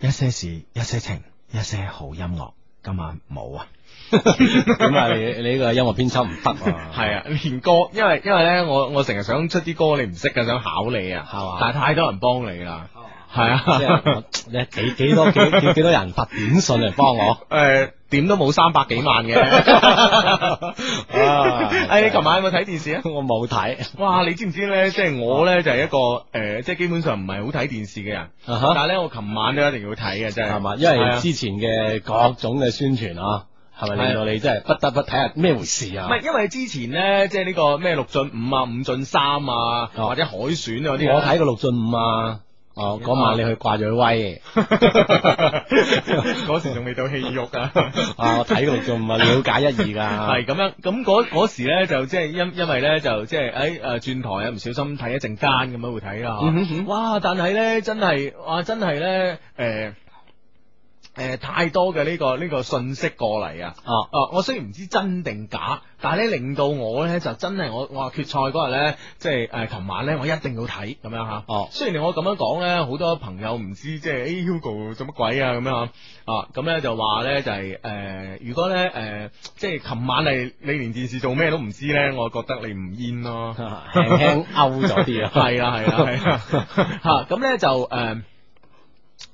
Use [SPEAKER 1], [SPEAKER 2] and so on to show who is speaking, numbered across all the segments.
[SPEAKER 1] 一些事，一些情，一些好音樂。今晚冇 啊，
[SPEAKER 2] 咁啊，你你呢個音樂編輯唔得啊，
[SPEAKER 3] 系啊，連歌，因為因為咧，我我成日想出啲歌你唔識嘅，想考你啊，
[SPEAKER 2] 係嘛
[SPEAKER 3] 但係太多人幫你啦，係
[SPEAKER 2] 即
[SPEAKER 3] 啊，
[SPEAKER 2] 係我你幾幾多幾幾幾多人發短信嚟幫我
[SPEAKER 3] 誒點都冇三百幾萬嘅。
[SPEAKER 2] 啊
[SPEAKER 3] 誒，哎你琴晚有冇睇電視啊？
[SPEAKER 2] 我冇睇，
[SPEAKER 3] 哇！你知唔知咧？即係我咧就係一個誒，即係基本上唔係好睇電視嘅人，
[SPEAKER 2] 啊
[SPEAKER 3] 但
[SPEAKER 2] 哈
[SPEAKER 3] 係咧我琴晚都一定要睇嘅，真係
[SPEAKER 2] 係嘛？因
[SPEAKER 3] 係啊
[SPEAKER 2] 為之前嘅各種嘅宣傳啊，係咪令到你真係不得不睇下咩回事啊
[SPEAKER 3] 唔？係，因為之前咧，即係呢個咩六進五啊、五進三啊，
[SPEAKER 2] 哦
[SPEAKER 3] 或者海選啊嗰啲，
[SPEAKER 2] 我睇過六進五啊，哦，嗰晚你去掛咗威
[SPEAKER 3] 嗰時仲未到戲肉啊，
[SPEAKER 2] 啊，我睇過六進五 啊，了解一二
[SPEAKER 3] 係咁樣。咁嗰嗰時咧就即係因因為咧就即係喺誒轉台啊，唔小心睇一陣間咁樣會睇啦。
[SPEAKER 2] 嗯哼哼
[SPEAKER 3] 哇！但係咧真係哇，真係咧誒誒太多嘅呢個呢個信息過嚟啊！
[SPEAKER 2] 噶，啊，
[SPEAKER 3] 啊！我雖然唔知真定假，但係咧令到我咧就真係我我話決賽嗰日咧，即係誒琴晚咧，我一定要睇咁樣吓。
[SPEAKER 2] 哦
[SPEAKER 3] 雖然我咁樣講咧，好多朋友唔知即係 A Hugo 做乜鬼啊咁樣啊，啊咁咧就話咧就係、誒、如果咧誒、即係琴晚你你連電視做咩都唔知咧，我覺得你唔煙咯。
[SPEAKER 2] 輕輕勾咗啲啊，
[SPEAKER 3] 係啦係啦 係啦，吓咁咧就誒。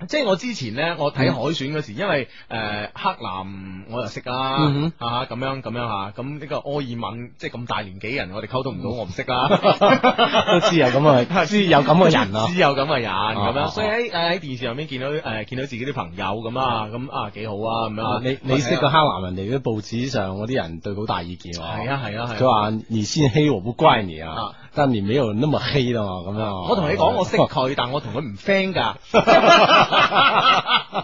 [SPEAKER 3] 即係我之前咧，我
[SPEAKER 2] 嗯
[SPEAKER 3] 睇海選嗰時，因為誒、黑男我又識啦，
[SPEAKER 2] 嗯
[SPEAKER 3] 啊咁樣咁樣吓，咁呢個柯爾敏即係咁大年紀人，我哋溝通
[SPEAKER 2] 嗯
[SPEAKER 3] 唔到，我唔識啦。
[SPEAKER 2] 都知有咁嘅，知有咁嘅人啊，
[SPEAKER 3] 知有咁嘅人咁
[SPEAKER 2] 啊
[SPEAKER 3] 樣，所以喺喺電視上面見到誒見到自己啲朋友咁啊，咁啊幾好啊咁樣
[SPEAKER 2] 嗯啊
[SPEAKER 3] 啊。
[SPEAKER 2] 你你識個黑男人哋啲報紙上嗰啲人對佢好大意見喎。
[SPEAKER 3] 係啊係啊係啊。
[SPEAKER 2] 佢話你先黑我不怪你啊
[SPEAKER 3] 啊，
[SPEAKER 2] 但你沒有那麼黑的嘛，咁樣 啊。
[SPEAKER 3] 我同你講，我識佢，但我同佢唔 friend 㗎。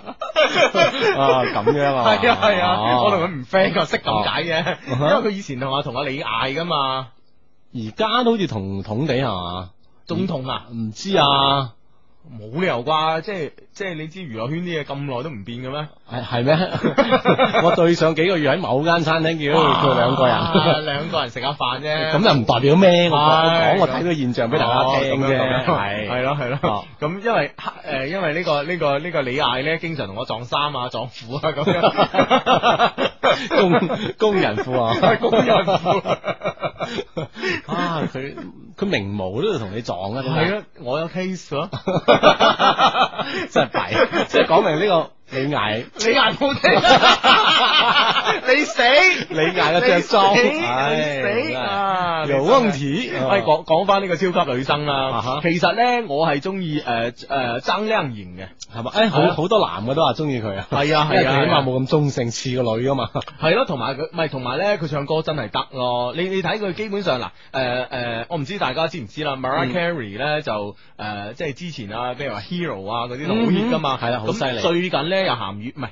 [SPEAKER 2] 啊咁樣啊，
[SPEAKER 3] 係啊係啊，
[SPEAKER 2] 哦
[SPEAKER 3] 我同佢唔 friend 噶，識咁解嘅，因為佢以前同我同阿啊李嗌噶嘛，
[SPEAKER 2] 而家都好似同同地係嘛？
[SPEAKER 3] 仲痛啊，
[SPEAKER 2] 唔知啊，
[SPEAKER 3] 冇理由啩，即係即係你知娛樂圈啲嘢咁耐都唔變嘅咩？
[SPEAKER 2] 係係 咩？ 我對上幾個月喺某間餐廳見到哦佢兩個
[SPEAKER 3] 啊
[SPEAKER 2] 人，
[SPEAKER 3] 兩個人食下飯啫，
[SPEAKER 2] 咁就唔代表咩？我
[SPEAKER 3] 係
[SPEAKER 2] 講我睇到現象俾大家聽
[SPEAKER 3] 哦咁樣
[SPEAKER 2] 啫，
[SPEAKER 3] 咁樣係
[SPEAKER 2] 係
[SPEAKER 3] 咯係
[SPEAKER 2] 哦
[SPEAKER 3] 咯，咁因為誒因為呢個呢個呢個李艾咧，經常同我撞衫啊撞褲啊 咁樣，
[SPEAKER 2] 工工人褲啊。
[SPEAKER 3] 工人褲。
[SPEAKER 2] 啊！佢佢明模都要同你撞啊！真係
[SPEAKER 3] 係咯，我有 case 咯，啊
[SPEAKER 2] 真係弊，即係講明呢個你嗌
[SPEAKER 3] 你眼好聽， 你死，
[SPEAKER 2] 你嗌嘅着裝，
[SPEAKER 3] 你死
[SPEAKER 2] 唉
[SPEAKER 3] 你死啊！
[SPEAKER 2] 有
[SPEAKER 3] 你真係
[SPEAKER 2] 問題啊
[SPEAKER 3] 喂，哎講講翻呢個超級女生
[SPEAKER 2] 啊哈
[SPEAKER 3] 啦，其實咧我係中意呃誒誒張靚瑩嘅，
[SPEAKER 2] 係嘛？誒，
[SPEAKER 3] 係
[SPEAKER 2] 好
[SPEAKER 3] 啊
[SPEAKER 2] 好多男嘅都話中意佢啊，
[SPEAKER 3] 係啊
[SPEAKER 2] 因
[SPEAKER 3] 係啊
[SPEAKER 2] 為佢起
[SPEAKER 3] 係
[SPEAKER 2] 碼
[SPEAKER 3] 啊
[SPEAKER 2] 冇咁中性，似個女噶嘛。
[SPEAKER 3] 係咯，同埋佢唔係同埋咧佢唱歌真係得咯，你你睇佢基本上嗱誒誒，我唔知大家知唔知啦，Mariah Carey 咧就誒即係之前啊，譬如話 Hero 啊嗰啲都好 hit 噶嘛，
[SPEAKER 2] 嗯係啦好
[SPEAKER 3] 咁
[SPEAKER 2] 犀利
[SPEAKER 3] 最近咧又鹹魚唔係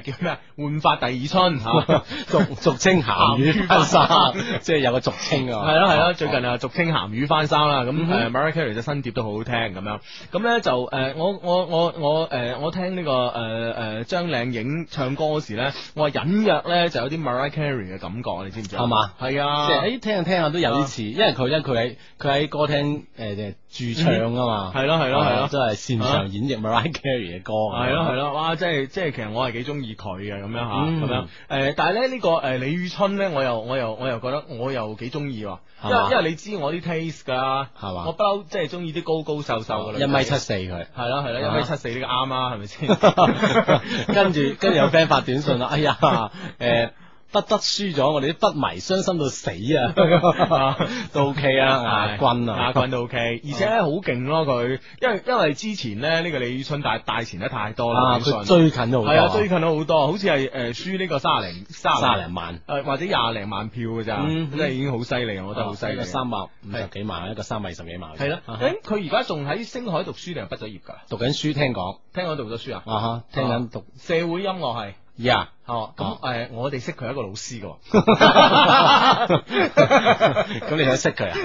[SPEAKER 3] 誒叫咩啊煥發第二春啊嚇。
[SPEAKER 2] 俗俗稱鹹魚婚紗，即係有個俗稱啊。
[SPEAKER 3] 係啦係啦，最近啊俗稱鹹魚翻生啦，咁
[SPEAKER 2] 嗯哼
[SPEAKER 3] 誒 Mariah Carey 嘅新碟都好好聽咁樣，咁咧就誒我我我我誒我聽呢個誒誒張靚穎唱歌嗰時咧，我係隱約咧就有啲 Mariah Carey 嘅感覺，你知唔知啊？
[SPEAKER 2] 係嘛？
[SPEAKER 3] 係啊，
[SPEAKER 2] 即係誒哎聽下聽下都有啲似，因為佢因為佢喺佢喺歌廳
[SPEAKER 3] 呃
[SPEAKER 2] 誒誒駐唱啊嘛。
[SPEAKER 3] 係咯係咯係
[SPEAKER 2] 啊
[SPEAKER 3] 咯。
[SPEAKER 2] 真係擅長演繹 Mariah Carey 嘅歌。啊
[SPEAKER 3] 係咯係咯，哇！即係即係，其實我係幾中意佢嘅咁樣吓，
[SPEAKER 2] 嗯
[SPEAKER 3] 咁樣誒，但係咧呢個誒李宇春咧，我又我又我又覺得我又幾中意喎，因
[SPEAKER 2] 係嘛
[SPEAKER 3] 為因為你知我啲 taste 噶，
[SPEAKER 2] 係嘛
[SPEAKER 3] 我不嬲即係中意啲高高瘦瘦嘅女
[SPEAKER 2] 一
[SPEAKER 3] 仔
[SPEAKER 2] 米七四佢。
[SPEAKER 3] 係啦係啦，
[SPEAKER 2] 啊
[SPEAKER 3] 一米七四呢個啱啊，係 咪先？
[SPEAKER 2] 跟住跟住有 friend 發短信啦，哎呀，誒、不得輸咗，我哋啲筆迷傷心到死啊，都 OK 啊，亞軍啊
[SPEAKER 3] 亞，軍都 OK，而且咧好勁咯佢，因為因為之前咧呢個李宇春帶帶前得太多啦，
[SPEAKER 2] 啊，
[SPEAKER 3] 李宇春
[SPEAKER 2] 佢追近咗好多，
[SPEAKER 3] 係啊追近咗好多，好似係誒輸呢個卅零
[SPEAKER 2] 三
[SPEAKER 3] 卅
[SPEAKER 2] 零萬，
[SPEAKER 3] 誒或者廿零萬票嘅咋，
[SPEAKER 2] 嗯
[SPEAKER 3] 即係已經好犀利，我覺得好犀
[SPEAKER 2] 一
[SPEAKER 3] 利
[SPEAKER 2] 個。三百五十幾萬，一個三百二十幾萬，
[SPEAKER 3] 係啦，
[SPEAKER 2] 啊
[SPEAKER 3] 誒佢而家仲喺星海讀書定係畢咗業㗎？
[SPEAKER 2] 讀緊書聽講，
[SPEAKER 3] 聽講讀咗書啊？
[SPEAKER 2] 啊哈，聽緊讀，
[SPEAKER 3] 社會音樂係。
[SPEAKER 2] 呀、
[SPEAKER 3] 哦，
[SPEAKER 2] 哦
[SPEAKER 3] 咁誒，我哋識佢係一個老師㗎喎。
[SPEAKER 2] 咁你想識佢啊？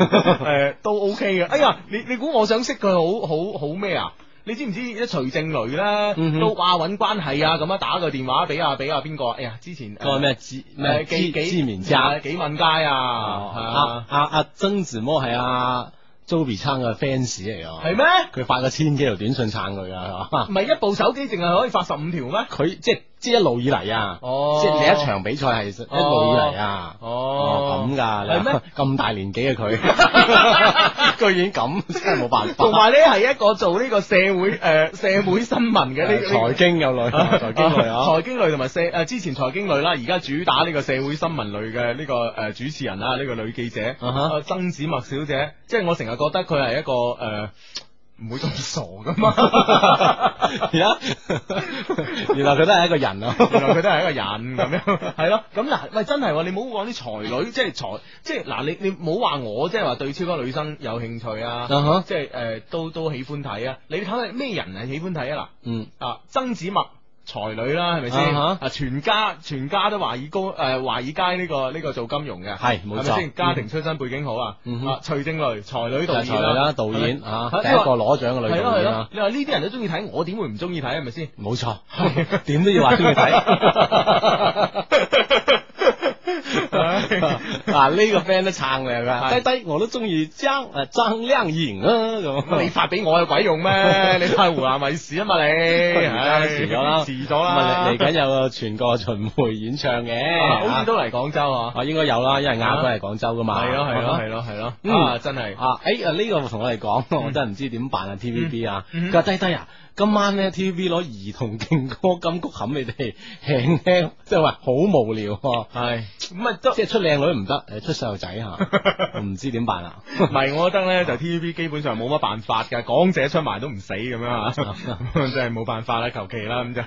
[SPEAKER 3] 誒、都
[SPEAKER 2] 嗯
[SPEAKER 3] OK 嘅。哎呀，你你估我想識佢好好好咩啊？你知唔知一徐靜蕾咧、
[SPEAKER 2] 嗯哼
[SPEAKER 3] 都話揾關係啊？咁啊打個電話俾啊俾啊邊個啊？哎呀，之前
[SPEAKER 2] 嗰個咩知咩
[SPEAKER 3] 誒
[SPEAKER 2] 知
[SPEAKER 3] 幾
[SPEAKER 2] 知面
[SPEAKER 3] 幾啊
[SPEAKER 2] 渣，
[SPEAKER 3] 幾敏佳啊？係
[SPEAKER 2] 啊
[SPEAKER 3] 啊
[SPEAKER 2] 啊啊曾子摩係啊。 Joey 撐嘅 fans 嚟㗎，
[SPEAKER 3] 係咩？
[SPEAKER 2] 佢發個千幾條短信撐佢㗎，係嘛
[SPEAKER 3] 唔係一部手機淨係可以發十五條咩？
[SPEAKER 2] 佢即係即係一路以嚟啊，
[SPEAKER 3] 哦
[SPEAKER 2] 即係你一場比賽係一路以嚟啊。
[SPEAKER 3] 哦
[SPEAKER 2] 哦，咁噶，
[SPEAKER 3] 係咩？
[SPEAKER 2] 咁大年紀嘅 佢，居然咁，真係冇辦
[SPEAKER 3] 同
[SPEAKER 2] 法。
[SPEAKER 3] 埋咧係一個做呢個社會诶社會新聞嘅呢呢
[SPEAKER 2] 財經有 類， 財經類啊，
[SPEAKER 3] 財經類同埋社诶之前財經類啦，而家主打呢個社會新聞類嘅呢個诶主持人啦，呢個女記者
[SPEAKER 2] 啊哈
[SPEAKER 3] 啊曾子墨小姐，即係我成日覺得佢係一個诶唔會咁傻噶嘛。
[SPEAKER 2] 而家啊原來佢都係一個人啊。
[SPEAKER 3] 原來佢都係一個人咁 樣，係咯。咁嗱，喂，真係喎，你唔好講啲才女，即係才，即係嗱，你你唔好話我，即係話對超級女生有興趣啊，
[SPEAKER 2] 啊哈
[SPEAKER 3] 即係誒、呃都都喜歡睇啊。你睇下咩人係喜歡睇啊？
[SPEAKER 2] 嗯，
[SPEAKER 3] 嗱，啊，曾子墨。才女啦，係咪先？
[SPEAKER 2] 啊
[SPEAKER 3] 啊，全家全家都華爾高誒、呃、華爾街呢、個呢、個做金融嘅，
[SPEAKER 2] 係冇錯
[SPEAKER 3] 係咪
[SPEAKER 2] 嗯
[SPEAKER 3] 先？家庭出身背景好啊，
[SPEAKER 2] 嗯哼
[SPEAKER 3] 啊，徐正雷才
[SPEAKER 2] 就
[SPEAKER 3] 女導
[SPEAKER 2] 係
[SPEAKER 3] 演
[SPEAKER 2] 才女啦，導
[SPEAKER 3] 係咪
[SPEAKER 2] 演啊，
[SPEAKER 3] 啊
[SPEAKER 2] 第一
[SPEAKER 3] 呢個
[SPEAKER 2] 個攞獎嘅
[SPEAKER 3] 係
[SPEAKER 2] 女
[SPEAKER 3] 咯
[SPEAKER 2] 導
[SPEAKER 3] 係
[SPEAKER 2] 演
[SPEAKER 3] 咯
[SPEAKER 2] 啊，。
[SPEAKER 3] 你話呢啲人都中意睇，我點會唔中意睇係咪先？
[SPEAKER 2] 冇錯，點都要話中意 睇。嗱啊呢個 friend 都撐你㗎，
[SPEAKER 3] 係
[SPEAKER 2] 低低我都中意張誒張靚瑩啊 咁。
[SPEAKER 3] 你發俾我有 鬼用咩？你派湖南衛視啊嘛你，
[SPEAKER 2] 而家遲咗啦
[SPEAKER 3] 遲咗
[SPEAKER 2] 咁啊
[SPEAKER 3] 啦，
[SPEAKER 2] 嚟嚟緊有個全國巡迴演唱嘅，
[SPEAKER 3] 啊好似都嚟廣州啊，
[SPEAKER 2] 啊應該有啦，因為亞軍係廣州噶嘛。
[SPEAKER 3] 係咯 係咯係咯係咯，
[SPEAKER 2] 啊嗯
[SPEAKER 3] 啊真係
[SPEAKER 2] 啊，誒啊呢個同我哋講， 我真係唔知點辦啊 TVB 啊，
[SPEAKER 3] 嗯
[SPEAKER 2] 佢話低低啊，今晚咧 TVB 攞兒童勁歌金曲冚你哋， 輕輕即係話好無聊喎，
[SPEAKER 3] 係咁啊都。
[SPEAKER 2] 即係出靚女唔得，誒出細路仔嚇，唔知點辦啊。
[SPEAKER 3] 唔係，我覺得咧就 TVB 基本上冇乜辦法㗎，港姐出埋都唔死咁樣 啊，真係冇辦法啦，求其啦 咁就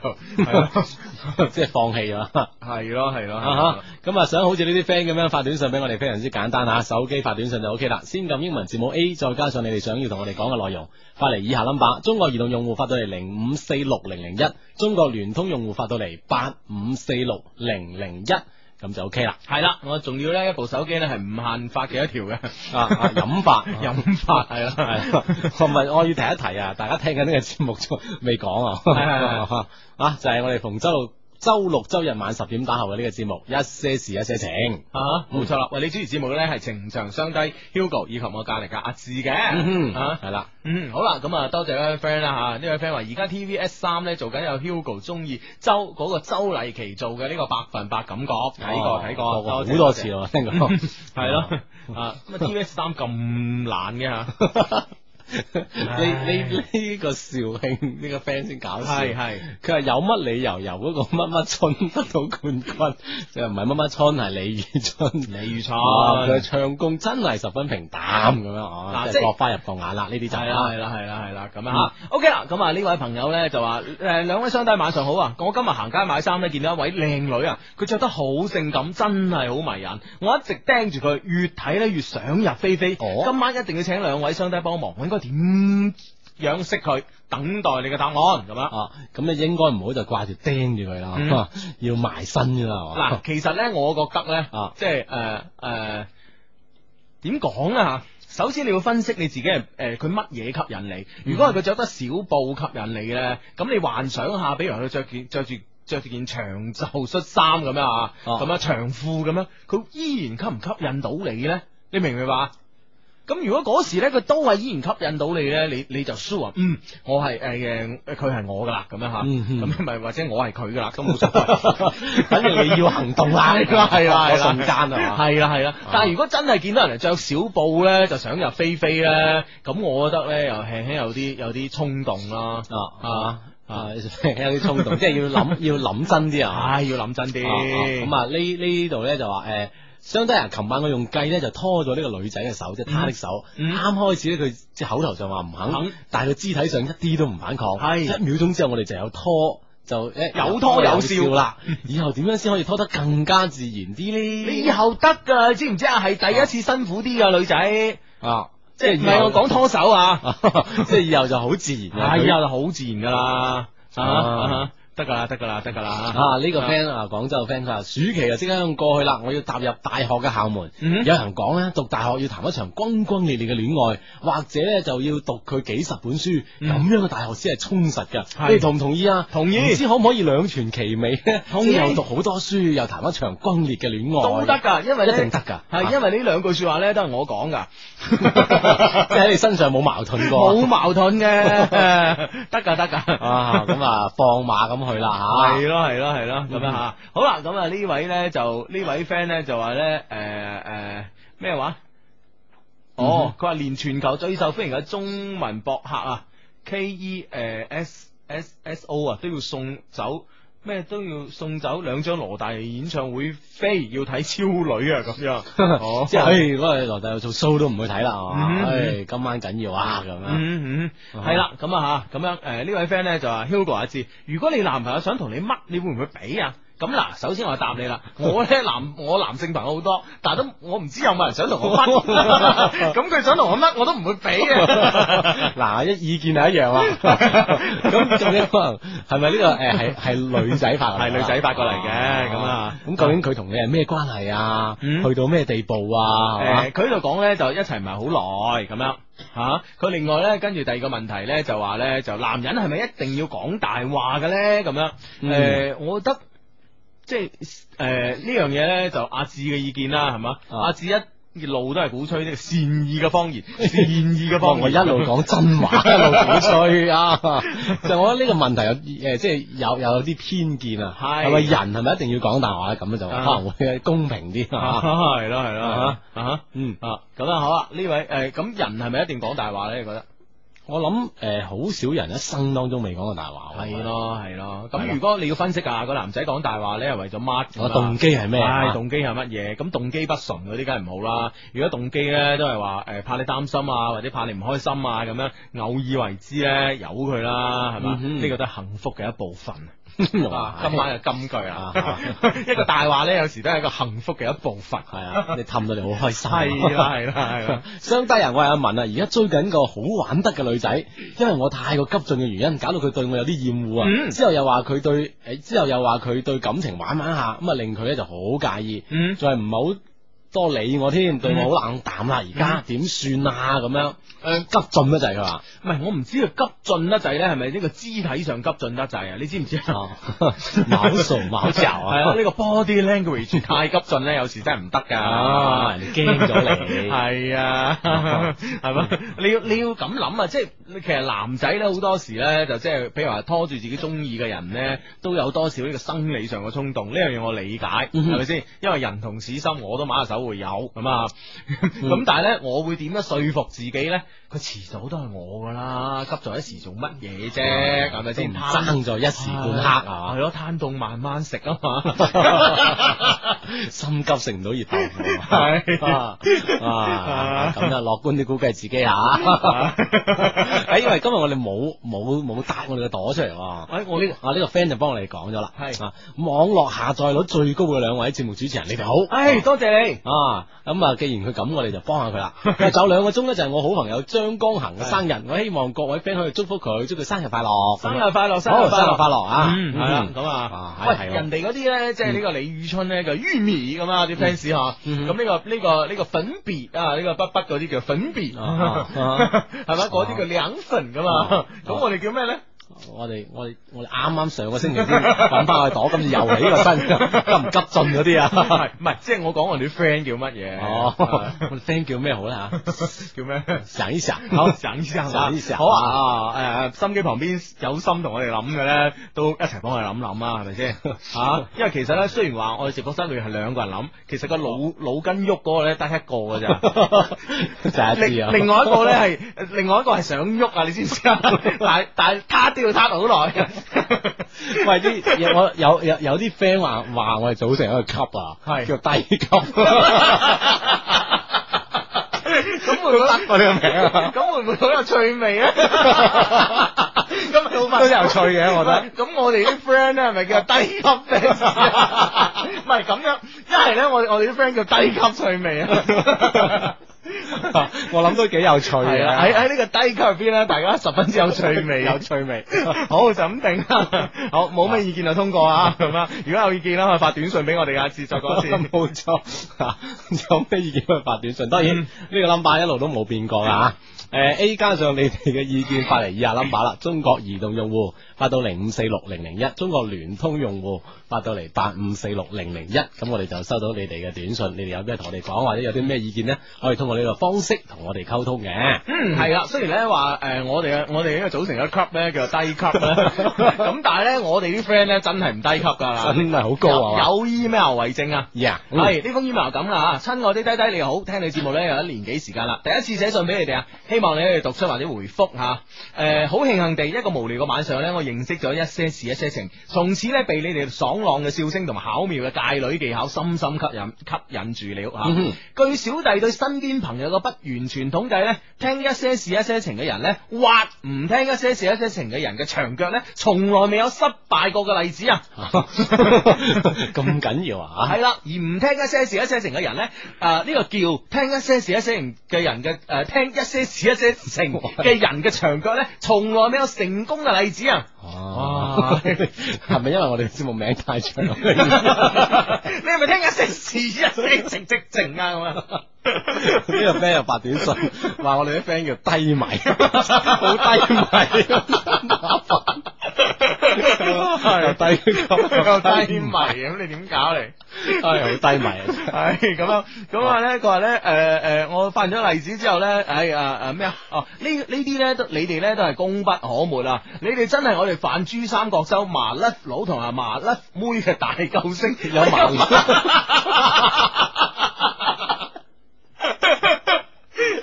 [SPEAKER 3] 係咯
[SPEAKER 2] 即係放棄啦。
[SPEAKER 3] 係咯係咯係
[SPEAKER 2] 啊
[SPEAKER 3] 咯
[SPEAKER 2] 哈，咁啊想好似呢啲 friend 咁樣發短信俾我哋，非常之簡單吓，手機發短信就 O K 啦。先撳英文字母 A，再加上你哋想要同我哋講嘅內容，發嚟以下 number。中國移動用戶發到嚟零五四六零零一，中國聯通用戶發到嚟八五四六零零一，咁就 O K 啦。
[SPEAKER 3] 係啦，我仲要咧一部手機咧係唔限發幾多條 嘅，
[SPEAKER 2] 啊啊，飲法
[SPEAKER 3] 飲法係啊啦
[SPEAKER 2] 係啦我咪我要提一提啊，大家聽緊呢個節目 仲未講
[SPEAKER 3] 係係
[SPEAKER 2] 啊， 啊就係我哋逢周六、周六、周日晚十點打後嘅呢個節目，一些事一些情。
[SPEAKER 3] 啊，冇錯啦。喂，你主持節目咧係情長相低 Hugo 以及我隔離嘅阿志嘅，
[SPEAKER 2] 嗯哼，
[SPEAKER 3] 啊。
[SPEAKER 2] 係啦，
[SPEAKER 3] 嗯，好啦，咁啊，多謝呢位 friend 啦吓，呢位 friend 話而家 TVS 三咧做緊有 Hugo 中意周嗰、個周麗淇做嘅呢個百分百感覺，睇過睇過，
[SPEAKER 2] 哦好
[SPEAKER 3] 謝
[SPEAKER 2] 多次，咯，聽 過。
[SPEAKER 3] 係咯，啊，咁啊 TVS 三咁懶嘅 吓，
[SPEAKER 2] 你你呢個肇慶呢個 friend 先搞笑，
[SPEAKER 3] 係係
[SPEAKER 2] 佢話有乜理由由嗰個乜乜春得到冠軍？就唔係乜乜春，係李宇春。
[SPEAKER 3] 李宇春
[SPEAKER 2] 哦，佢嘅唱功真係十分平淡咁樣哦，
[SPEAKER 3] 嗱
[SPEAKER 2] 即
[SPEAKER 3] 即
[SPEAKER 2] 係
[SPEAKER 3] 係
[SPEAKER 2] 落花入當眼啦，呢啲就
[SPEAKER 3] 係啦，係啦，係啦，係啦，咁啊吓，OK 啦，咁啊呢位朋友咧就話，诶兩位相低晚上好啊，我今日行街買衫咧見到一位靚女啊，佢着得好性感，真係好迷人，我一直盯住佢，越睇咧越想入非非，
[SPEAKER 2] 哦
[SPEAKER 3] 今晚一定要請兩位相低幫忙，我應該點樣識佢？等待你嘅答案咁啊！
[SPEAKER 2] 哦，咁你應該唔好就掛住盯住佢啦，哦要埋身噶啦，哦係嘛
[SPEAKER 3] 嗱，其實咧，我覺得咧
[SPEAKER 2] 啊，
[SPEAKER 3] 即係誒誒點講啊？首先你要分析你自己係誒佢乜嘢吸引
[SPEAKER 2] 嗯
[SPEAKER 3] 你。如果係佢着得小布吸引你咧，咁你幻想下，比如佢着件着住。着住件長袖恤衫咁樣啊，
[SPEAKER 2] 哦
[SPEAKER 3] 咁樣長褲咁樣，佢依然吸唔吸引到你咧？你明唔明白啊？咁如果嗰時咧，佢都係依然吸引到你咧，你你就 sure，嗯，我係誒誒，佢係我噶啦，咁樣嚇，
[SPEAKER 2] 嗯嗯
[SPEAKER 3] 咁咪或者我係佢噶啦，都冇所謂。
[SPEAKER 2] 反正你要行動 啦，
[SPEAKER 3] 係啦係啦係啦
[SPEAKER 2] 嗰瞬間啊係 嘛。
[SPEAKER 3] 系啦系啦
[SPEAKER 2] 啊，
[SPEAKER 3] 但系如果真系见到人哋着小布咧，就想入非非咧，咁我覺得咧又輕輕有啲有啲衝動啦，
[SPEAKER 2] 啊啊啊，有啲衝動，即係要諗要諗真啲 啊！
[SPEAKER 3] 唉，要諗真啲，
[SPEAKER 2] 啊咁
[SPEAKER 3] 咁啊，
[SPEAKER 2] 啊呢呢度咧就話誒。相低人，琴晚我用計咧就拖咗呢個女仔嘅手，即係她的手。
[SPEAKER 3] 嗯
[SPEAKER 2] 啱開始咧，佢即係口頭上話唔肯
[SPEAKER 3] 肯，
[SPEAKER 2] 但係佢肢體上一啲都唔反抗。
[SPEAKER 3] 係
[SPEAKER 2] 一秒鐘之後，我哋就有拖，就誒
[SPEAKER 3] 有拖有笑
[SPEAKER 2] 啦。以後點樣先可以拖得更加自然啲呢？
[SPEAKER 3] 你以後得噶，你知唔知啊？係第一次辛苦啲噶女仔，
[SPEAKER 2] 啊，即
[SPEAKER 3] 即
[SPEAKER 2] 係
[SPEAKER 3] 係
[SPEAKER 2] 以
[SPEAKER 3] 唔
[SPEAKER 2] 後
[SPEAKER 3] 係我講拖手啊，
[SPEAKER 2] 即係以後就好自然啦。
[SPEAKER 3] 係
[SPEAKER 2] 佢
[SPEAKER 3] 以後就好自然噶啦，啊
[SPEAKER 2] 啊
[SPEAKER 3] 啊得噶啦，得噶啦，得噶啦啊！
[SPEAKER 2] 啊！呢、個 friend 啊，廣州嘅 friend 佢話暑期就即刻過去啦，我要踏入大學嘅校門。
[SPEAKER 3] 嗯
[SPEAKER 2] 有人講咧，讀大學要談一場轟轟烈烈嘅戀愛，或者咧就要讀佢幾十本書，咁、
[SPEAKER 3] 嗯
[SPEAKER 2] 樣嘅大學先係充實嘅。
[SPEAKER 3] 係
[SPEAKER 2] 你同唔同意啊？
[SPEAKER 3] 同意
[SPEAKER 2] 唔知可唔可以兩全其美咧？
[SPEAKER 3] 同意
[SPEAKER 2] 即係又讀好多書，又談一場轟烈嘅戀愛，
[SPEAKER 3] 都得噶，因為
[SPEAKER 2] 一
[SPEAKER 3] 咧
[SPEAKER 2] 定得㗎。
[SPEAKER 3] 係因為呢兩句说話咧都係我講噶，
[SPEAKER 2] 啊即係喺你身上冇矛盾過。
[SPEAKER 3] 冇 矛盾嘅，得噶得噶。
[SPEAKER 2] 啊，咁啊，放馬咁去啦吓。
[SPEAKER 3] 係咯係嗯咯係咯咁樣吓，好啦咁啊呢位咧就呢位 friend 咧就話咧誒誒咩話？哦，佢話連全球最受歡迎嘅中文博客啊，K E 誒 S S S O 啊都要送走。咩都要送走兩張羅大佑演唱會飛，要睇超女啊咁樣。哦
[SPEAKER 2] 即係，唉，嗰個羅大佑做 show 都唔會睇啦，係
[SPEAKER 3] 嗯
[SPEAKER 2] 嘛？
[SPEAKER 3] 嗯
[SPEAKER 2] 唉，今晚緊要啊，咁樣。
[SPEAKER 3] 嗯嗯，
[SPEAKER 2] 啊
[SPEAKER 3] 系啦，咁啊吓，咁样诶呢位 friend 咧就話 Hugo 阿志，如果你男朋友想同你乜，你會唔會俾啊？咁嗱，首先我答你啦，我咧男我男性朋友好多，但系都我唔知有冇人想同我乜，咁佢想同我乜我都唔會俾啊嘅。
[SPEAKER 2] 嗱，一意見係一樣啊。 咁究竟可能係咪呢個誒係係女仔發過嚟㗎？
[SPEAKER 3] 係女仔發過嚟嘅咁啊
[SPEAKER 2] 咁究竟佢同你係咩關係啊？
[SPEAKER 3] 嗯
[SPEAKER 2] 去到咩地步啊？係嘛
[SPEAKER 3] 诶，佢喺度講咧就一齊唔係好耐咁樣吓，佢、另外咧跟住第二個問題咧就話咧就男人係咪一定要講大話嘅咧咁樣？
[SPEAKER 2] 嗯
[SPEAKER 3] 诶、我覺得即係诶呢樣嘢咧就阿志嘅意見啦，係嘛？
[SPEAKER 2] 啊
[SPEAKER 3] 阿志一路都係鼓吹呢個善意嘅方 言，善意嘅方
[SPEAKER 2] 我
[SPEAKER 3] 言。
[SPEAKER 2] 我一路講真 話，一路鼓吹啊！就我覺得呢個問題有誒，即係有有啲偏見啊。
[SPEAKER 3] 係
[SPEAKER 2] 係咪人係咪一定要講大話咧？咁樣就可
[SPEAKER 3] 啊
[SPEAKER 2] 能會公平啲啊。
[SPEAKER 3] 係咯係咯
[SPEAKER 2] 啊
[SPEAKER 3] 吓吓
[SPEAKER 2] 嗯，
[SPEAKER 3] 啊咁啊好啊呢位诶咁、人係咪一定講大話咧？你覺得？
[SPEAKER 2] 我諗誒，好少人一生當中未講過大話。
[SPEAKER 3] 係。啊咯係咯，
[SPEAKER 2] 係
[SPEAKER 3] 咁
[SPEAKER 2] 啦
[SPEAKER 3] 如果你要分析下個男仔講大話咧，係為咗乜㗎嘛？
[SPEAKER 2] 我動機係咩
[SPEAKER 3] 唉，
[SPEAKER 2] 啊？
[SPEAKER 3] 動機係乜嘢？咁動機不純嗰啲梗係唔好啦。如果動機咧都係話诶怕你擔心啊，或者怕你唔開心啊咁樣，偶爾為之咧，由佢啦，係嘛？
[SPEAKER 2] 嗯哼
[SPEAKER 3] 呢個都係幸福嘅一部分。 啊
[SPEAKER 2] 今
[SPEAKER 3] 今晚嘅金句啊
[SPEAKER 2] 啊，
[SPEAKER 3] 一個大話咧，有時都係一個幸福嘅一部分。
[SPEAKER 2] 系啊，你氹到你好開心。
[SPEAKER 3] 係啊啦，係啦，係啦。
[SPEAKER 2] 相低人，我係阿文啊，而家追緊個好玩得嘅女仔，因為我太過急進嘅原因，搞到佢對我有啲厭惡啊。
[SPEAKER 3] 嗯
[SPEAKER 2] 之後又話佢對，诶，之後又話佢對感情玩玩下，咁啊令佢咧就好介意，
[SPEAKER 3] 嗯，
[SPEAKER 2] 仲係唔係好多理我添，對我好冷淡啦。而家
[SPEAKER 3] 嗯
[SPEAKER 2] 點算啊？咁樣诶，急進得滯佢話，
[SPEAKER 3] 唔係我唔知佢急進得滯咧，係咪呢個肢體上急進得滯啊？你知唔知啊？
[SPEAKER 2] 哦 冇傻冇嚼
[SPEAKER 3] 係啊，
[SPEAKER 2] 啊
[SPEAKER 3] 呢、，個 body language 太急進咧，有時真係唔得㗎。
[SPEAKER 2] 啊，人哋驚咗你。
[SPEAKER 3] 係啊，係嘛？你要你要咁諗啊，即係其實男仔咧好多時咧就即係，譬如話拖住自己中意嘅人
[SPEAKER 2] 嗯
[SPEAKER 3] 咧，都有多少呢個生理上嘅衝動。呢樣嘢我理解，
[SPEAKER 2] 嗯哼
[SPEAKER 3] 係咪先？因為人同此心，我都馬下手會有咁啊。
[SPEAKER 2] 嗯
[SPEAKER 3] 咁但係咧，我會點樣說服自己咧？佢遲早都係我㗎啦，急在一時做乜嘢啫？係咪先？
[SPEAKER 2] 都唔嗯爭在一時半刻 啊
[SPEAKER 3] 係咯，攤凍慢慢食啊嘛。
[SPEAKER 2] 心急食唔到熱豆腐，
[SPEAKER 3] 係
[SPEAKER 2] 啊啊咁就樂觀啲估計自己吓。 哎，因為今日我哋冇冇冇搭我哋嘅朵出嚟喎。
[SPEAKER 3] 哎我呢
[SPEAKER 2] 啊呢個 friend 就幫我哋講咗啦，
[SPEAKER 3] 係
[SPEAKER 2] 啊網絡下載率最高嘅兩位節目主持人，你哋好。
[SPEAKER 3] 唉，多謝你。
[SPEAKER 2] 啊，咁啊，既然佢咁，我哋就幫下佢 啦。佢話仲有兩個鐘咧，就係我好朋友張江恒嘅生日，我希望各位 friend 可以祝福佢，祝佢生日快樂。
[SPEAKER 3] 生日快樂，生日
[SPEAKER 2] 好
[SPEAKER 3] 快
[SPEAKER 2] 生日
[SPEAKER 3] 樂，
[SPEAKER 2] 快樂啊！
[SPEAKER 3] 嗯，系啦，咁啊
[SPEAKER 2] 啊，係
[SPEAKER 3] 喂，
[SPEAKER 2] 係喎
[SPEAKER 3] 人哋嗰啲咧，即係呢個李宇春咧，就玉米咁啊，啲 fans 吓，咁
[SPEAKER 2] 嗯
[SPEAKER 3] 呢個呢個呢個粉別啊，呢個筆筆嗰啲叫粉別，係
[SPEAKER 2] 啊啊
[SPEAKER 3] 咪？嗰啲叫兩粉噶嘛
[SPEAKER 2] 啊，
[SPEAKER 3] 咁我哋叫咩咧？
[SPEAKER 2] 我哋我哋我哋啱啱上個星期先 揾翻我哋朵，今次又嚟呢個新， 急唔急進嗰啲 啊？
[SPEAKER 3] 係唔係，即係我講我哋啲 friend 叫乜嘢？
[SPEAKER 2] 哦，
[SPEAKER 3] 啊
[SPEAKER 2] 我哋 friend 叫咩好咧吓？
[SPEAKER 3] 叫咩？
[SPEAKER 2] 想一想，
[SPEAKER 3] 好，想一下，
[SPEAKER 2] 想一下
[SPEAKER 3] 好啊！啊，诶，心機旁邊有心同我哋諗嘅咧，都一齊幫我哋諗諗啊，係 咪先？吓，因為其實咧，雖然話我哋直播室裏係兩個人諗，其實個腦腦筋喐嗰個咧得一個嘅 咋。
[SPEAKER 2] 就係一知
[SPEAKER 3] 另
[SPEAKER 2] 啊。
[SPEAKER 3] 另外一個咧係，另外一個係想喐啊，你知唔 知啊？但但係攤都要攤好耐。
[SPEAKER 2] 喂啲有我有有有啲 friend 話話我哋組成一個級啊，
[SPEAKER 3] 係
[SPEAKER 2] 叫低級。
[SPEAKER 3] 咁會唔會
[SPEAKER 2] 我哋個名啊
[SPEAKER 3] 咁會唔會好有趣味 咧？咁咪好
[SPEAKER 2] 都有趣嘅我覺得。
[SPEAKER 3] 咁我哋啲 friend 咧係咪 叫低級 fans？唔係咁樣，一係咧我我哋啲 friend 叫低級趣味啊。
[SPEAKER 2] 我諗都幾有趣啊
[SPEAKER 3] 系
[SPEAKER 2] 嘅，
[SPEAKER 3] 啦，喺喺呢個低級入邊咧，大家十分之啊有趣味，
[SPEAKER 2] 有趣味。
[SPEAKER 3] 好就咁定啦， 好冇咩意見就通過啊，咁啊，如果有意見啦，可以發短信俾我哋啊，節再講先。
[SPEAKER 2] 冇錯，啊有咩意見可以發短信？當
[SPEAKER 3] 嗯
[SPEAKER 2] 然呢個 number 一路都冇變過啦嚇。誒 A 加上你哋嘅意見發嚟以下 number 啦，中國移動用戶發到零五四六零零一，中國聯通用戶發到嚟八五四六零零一，咁我哋就收到你哋嘅短信，你哋有咩同我哋講，或者有啲咩意見呢？可以通過呢個方式同我哋溝通嘅。
[SPEAKER 3] 嗯，系啦，雖然咧話诶，誒我哋嘅我哋呢個組成嘅 club 咧叫做低級 啦，咁但係咧我哋啲 friend 咧真係唔低級㗎啦，
[SPEAKER 2] 真係好高啊
[SPEAKER 3] 有有 email 為證啊。
[SPEAKER 2] 呀，係
[SPEAKER 3] 系呢封 email 咁啦吓，亲爱的低低你好，聽你節目咧有一年幾時間啦，第一次寫信俾你哋啊，希望你哋讀出或者回覆吓。诶、好慶幸地一個無聊嘅晚上咧，我認識咗一些事一些情，從此咧被你哋爽朗嘅笑聲同埋巧妙嘅界女技巧深深吸引吸引住了吓。
[SPEAKER 2] 嗯哼
[SPEAKER 3] 據小弟對身邊朋友嘅不完全統計呢，聽一些事一些情嘅人呢，或唔聽一些事一些情嘅人嘅長腳呢，從來未有失敗過嘅例子啊！
[SPEAKER 2] 咁緊要啊！
[SPEAKER 3] 係啦，而唔聽一些事一些情嘅人呢，誒、呢、個叫聽一些事一些情嘅人嘅誒、聽一些事一些情嘅人嘅長腳呢，從來未有成功嘅例子啊！
[SPEAKER 2] 哦，係咪因為我哋節目名太長？
[SPEAKER 3] 你係咪聽一些事一些情即情啊咁啊？
[SPEAKER 2] 呢個 friend 又發短信， 話我哋啲 friend 叫低迷，好 低迷，麻煩
[SPEAKER 3] 係
[SPEAKER 2] 又低級
[SPEAKER 3] 又低迷，咁，你點搞嚟？
[SPEAKER 2] 係好低迷啊！
[SPEAKER 3] 系咁樣，咁啊咧，佢話咧，诶、诶、我發現咗例子之後咧，诶啊啊咩啊，哦呢呢啲咧都你哋咧都係功不可沒啊！你哋真係我哋泛珠三角洲麻甩佬同埋麻甩妹嘅大救星，哎
[SPEAKER 2] 有麻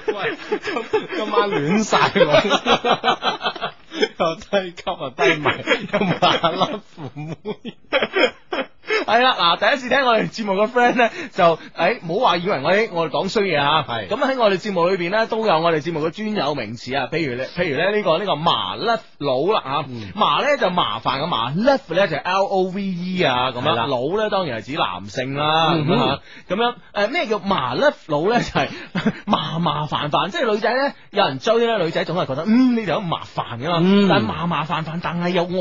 [SPEAKER 2] 喂，今今晚亂晒我，又低級又低迷，又麻甩父妹，
[SPEAKER 3] 系啦，嗱，第一次聽我哋節目嘅 friend 咧，就诶，唔好話以為我哋我哋講衰嘢啊，
[SPEAKER 2] 係
[SPEAKER 3] 咁喺我哋節目裏边咧，都有我哋節目嘅專有名詞啊，譬如咧，譬如咧呢個呢個麻甩佬啦啊，
[SPEAKER 2] 嗯
[SPEAKER 3] 麻咧就麻煩嘅麻，甩咧就 L O V E 啊，咁
[SPEAKER 2] 係
[SPEAKER 3] 樣
[SPEAKER 2] 啦
[SPEAKER 3] 佬咧當然係指男性啦，
[SPEAKER 2] 嗯哼
[SPEAKER 3] 咁樣咁樣诶咩叫麻甩佬咧？就係 麻麻煩煩，即係女仔咧有人追咧，女仔總係覺得嗯呢條友麻煩噶嘛
[SPEAKER 2] 嗯，
[SPEAKER 3] 但係麻麻煩煩，但係又愛住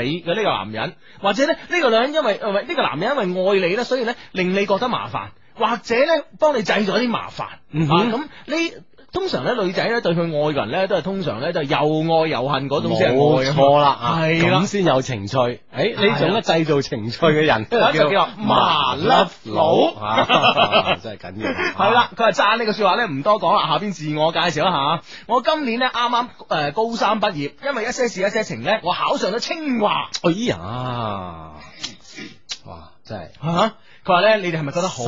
[SPEAKER 3] 你嘅呢個男人，或者咧呢個女人因為呃唔係呢個男人因為愛你咧，所以咧令你覺得麻煩，或者咧幫你製咗啲麻煩啊
[SPEAKER 2] 嗯哼
[SPEAKER 3] 咁呢？通常咧，女仔咧對佢愛嘅人咧，都係通常咧就係又愛又恨嗰種先係
[SPEAKER 2] 冇
[SPEAKER 3] 愛啊嘛
[SPEAKER 2] 錯啦啊，
[SPEAKER 3] 係啦
[SPEAKER 2] 咁先有情趣。誒呢種咧製造情趣嘅人
[SPEAKER 3] 啦就叫
[SPEAKER 2] 叫
[SPEAKER 3] 麻甩佬
[SPEAKER 2] 啊真係緊要。
[SPEAKER 3] 系啦，佢話讚呢個说話咧唔多講啦，下邊自我介紹一下。我今年咧啱啱诶高三畢業，因為一些事一些情咧，我考上咗清華
[SPEAKER 2] 哎呀，哇，真係
[SPEAKER 3] 吓。啊佢話咧，你哋係咪覺得好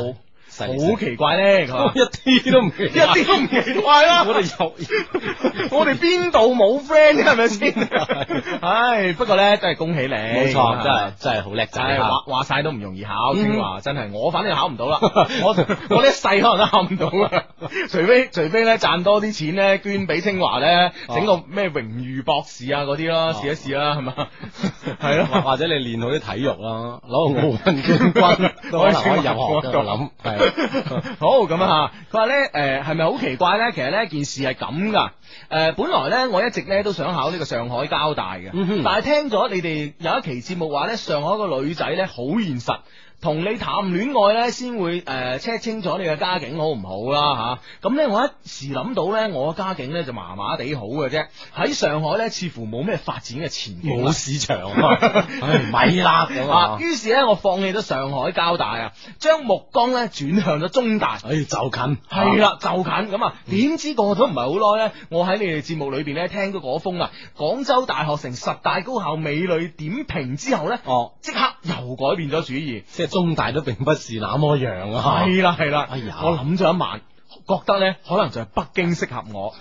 [SPEAKER 2] 犀利
[SPEAKER 3] 好奇怪咧？佢話
[SPEAKER 2] 一啲都唔奇啊
[SPEAKER 3] 一啲都唔奇怪啦。
[SPEAKER 2] 我哋又
[SPEAKER 3] 我哋邊度冇 friend 係咪先？ 唉，不過咧真係恭喜你，
[SPEAKER 2] 冇
[SPEAKER 3] 冇
[SPEAKER 2] 錯，真係哎真係好叻
[SPEAKER 3] 就
[SPEAKER 2] 仔
[SPEAKER 3] 係話
[SPEAKER 2] 啊！
[SPEAKER 3] 話晒都唔容易考，
[SPEAKER 2] 嗯
[SPEAKER 3] 清華真係我反正考唔到 啦，我我呢一世可能都考唔到啦， 除非除非咧賺多啲錢咧捐俾清華咧，整個咩榮譽博士啊嗰啲啦，
[SPEAKER 2] 哦
[SPEAKER 3] 試一試啦，係嘛，係
[SPEAKER 2] 係咯，或
[SPEAKER 3] 咯。
[SPEAKER 2] 或者你練好啲體育啦，攞個奧運冠 軍都可能可以入學嘅，我諗係
[SPEAKER 3] 好咁啊！佢話咧，诶，係咪好奇怪咧？其實呢件事係咁噶。诶，本來咧，我一直咧都想考呢個上海交大嘅，
[SPEAKER 2] 嗯哼
[SPEAKER 3] 但係聽咗你哋有一期節目話咧，上海個女仔咧好現實。同你談戀愛咧，先會誒 check、清楚你嘅家境好唔好
[SPEAKER 2] 嗯
[SPEAKER 3] 啦吓，咁、呢，咧，我一時諗到咧，我嘅家境咧就麻麻地好嘅啫。喺上海咧，似乎冇咩發展嘅前景啦
[SPEAKER 2] 冇市場啊， 唉咪啦咁
[SPEAKER 3] 啊
[SPEAKER 2] 啊！
[SPEAKER 3] 於是咧，我放棄咗上海交大啊，將目光咧轉向咗中大。
[SPEAKER 2] 哎唉，就近啊
[SPEAKER 3] 係，啦，就近咁啊！點知過咗唔係好耐呢？我喺你哋節目裏邊咧聽到嗰封啊，廣州大學城十大高校美女點評之後呢，
[SPEAKER 2] 哦，
[SPEAKER 3] 即刻又改變咗主意。
[SPEAKER 2] 即係中大都並不是那麼樣啊！
[SPEAKER 3] 係啦係啦
[SPEAKER 2] 哎呀，
[SPEAKER 3] 我諗咗一晚，覺得呢可能就係北京適合 我。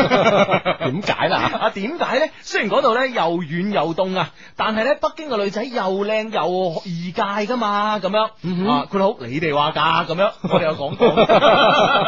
[SPEAKER 2] 點解啦？
[SPEAKER 3] 啊，點解呢？雖然嗰度呢又遠又凍啊，但係呢北京嘅女仔又靚又易界噶嘛，咁樣、
[SPEAKER 2] 嗯哼
[SPEAKER 3] 啊，佢好你哋話㗎， 咁樣我哋有講過，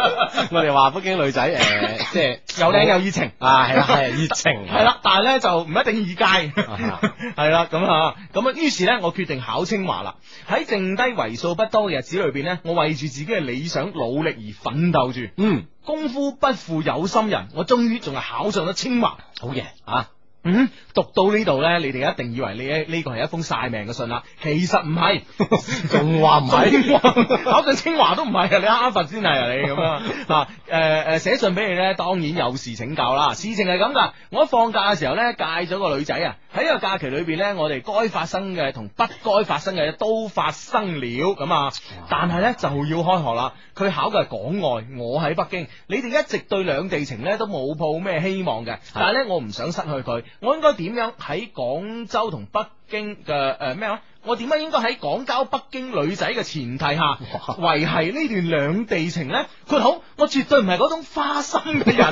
[SPEAKER 2] 我哋話北京女仔誒，即係
[SPEAKER 3] 又靚又熱情。
[SPEAKER 2] 啊，係啦，係熱情
[SPEAKER 3] 系啦，但系咧就唔一定易界，
[SPEAKER 2] 啊
[SPEAKER 3] 系啦咁啊，咁啊，於是咧我決定考清華啦。喺剩低為數不多嘅日子裏邊咧，我為住自己嘅理想努力而奮奮鬥住。
[SPEAKER 2] 嗯，
[SPEAKER 3] 功夫不負有心人，我終於仲係考上咗清華。
[SPEAKER 2] 好嘢啊！
[SPEAKER 3] 嗯，讀到呢度呢，你哋一定以為你呢呢個係一封晒命嘅信啦，其實唔係，
[SPEAKER 2] 仲話唔係
[SPEAKER 3] 中華考上清華都唔係啊，你哈佛先係啊你咁啊 嗱，诶诶寫信俾你呢，當然有事請教啦。事情係咁噶，我一放假嘅時候呢，戒咗個女仔啊，喺呢個假期裏边呢，我哋該發生嘅同不該發生嘅都發生了咁啊，但係呢，就要開學啦。佢考嘅係港外，我喺北京，你哋一直對兩地情呢都冇抱咩希望嘅，但係呢，我唔想失去佢，我應該點樣喺廣州同北京嘅诶咩話？我點解應該喺廣交北京女仔嘅前提下維係呢段兩地情呢？佢好，我絕對唔係嗰種花心嘅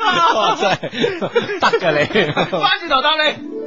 [SPEAKER 2] 哇
[SPEAKER 3] 人。
[SPEAKER 2] 真係得㗎 你。
[SPEAKER 3] 翻轉頭答你。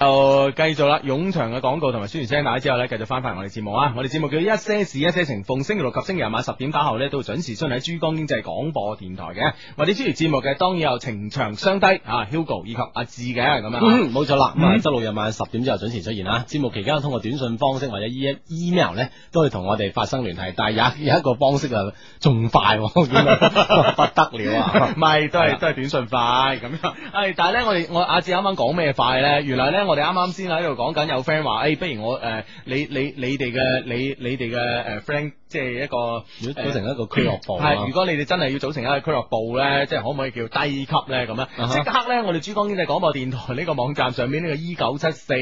[SPEAKER 3] 就繼續啦，冗長嘅廣告同埋宣傳聲帶之後呢，繼續翻返我哋節目啊！我哋節目叫一些事一些情，逢星期六及星期日晚十點打後呢，都會準時出現喺珠江經濟廣播電台嘅。我哋主持節目嘅當然有情長相低啊，Hugo 以及阿志嘅咁樣。
[SPEAKER 2] 嗯，冇錯啦。咁啊，
[SPEAKER 3] 嗯
[SPEAKER 2] 周六日晚十點之後準時出現啦。節目期間通過短信方式或者 E email 咧，都可以同我哋發生聯繫。但係有有一個方式啊，仲快喎，我 見到不得了啊！
[SPEAKER 3] 唔係，都
[SPEAKER 2] 係啦
[SPEAKER 3] 係都係短信快咁 樣。誒，但係咧，我哋我阿志啱啱講咩快咧？原來咧，我哋啱啱先喺度講緊有 friend 話，誒，不如我誒、呃你你你哋嘅你你哋嘅誒呃 friend，即係一個
[SPEAKER 2] 如果組成一個俱樂部 啊
[SPEAKER 3] 係，如果你哋真係要組成一個俱樂部咧，即係可唔可以叫低級咧咁
[SPEAKER 2] 啊
[SPEAKER 3] 樣？
[SPEAKER 2] 哈
[SPEAKER 3] 即刻咧，我哋珠江經濟廣播電台呢個網站上面呢、個 E 九七四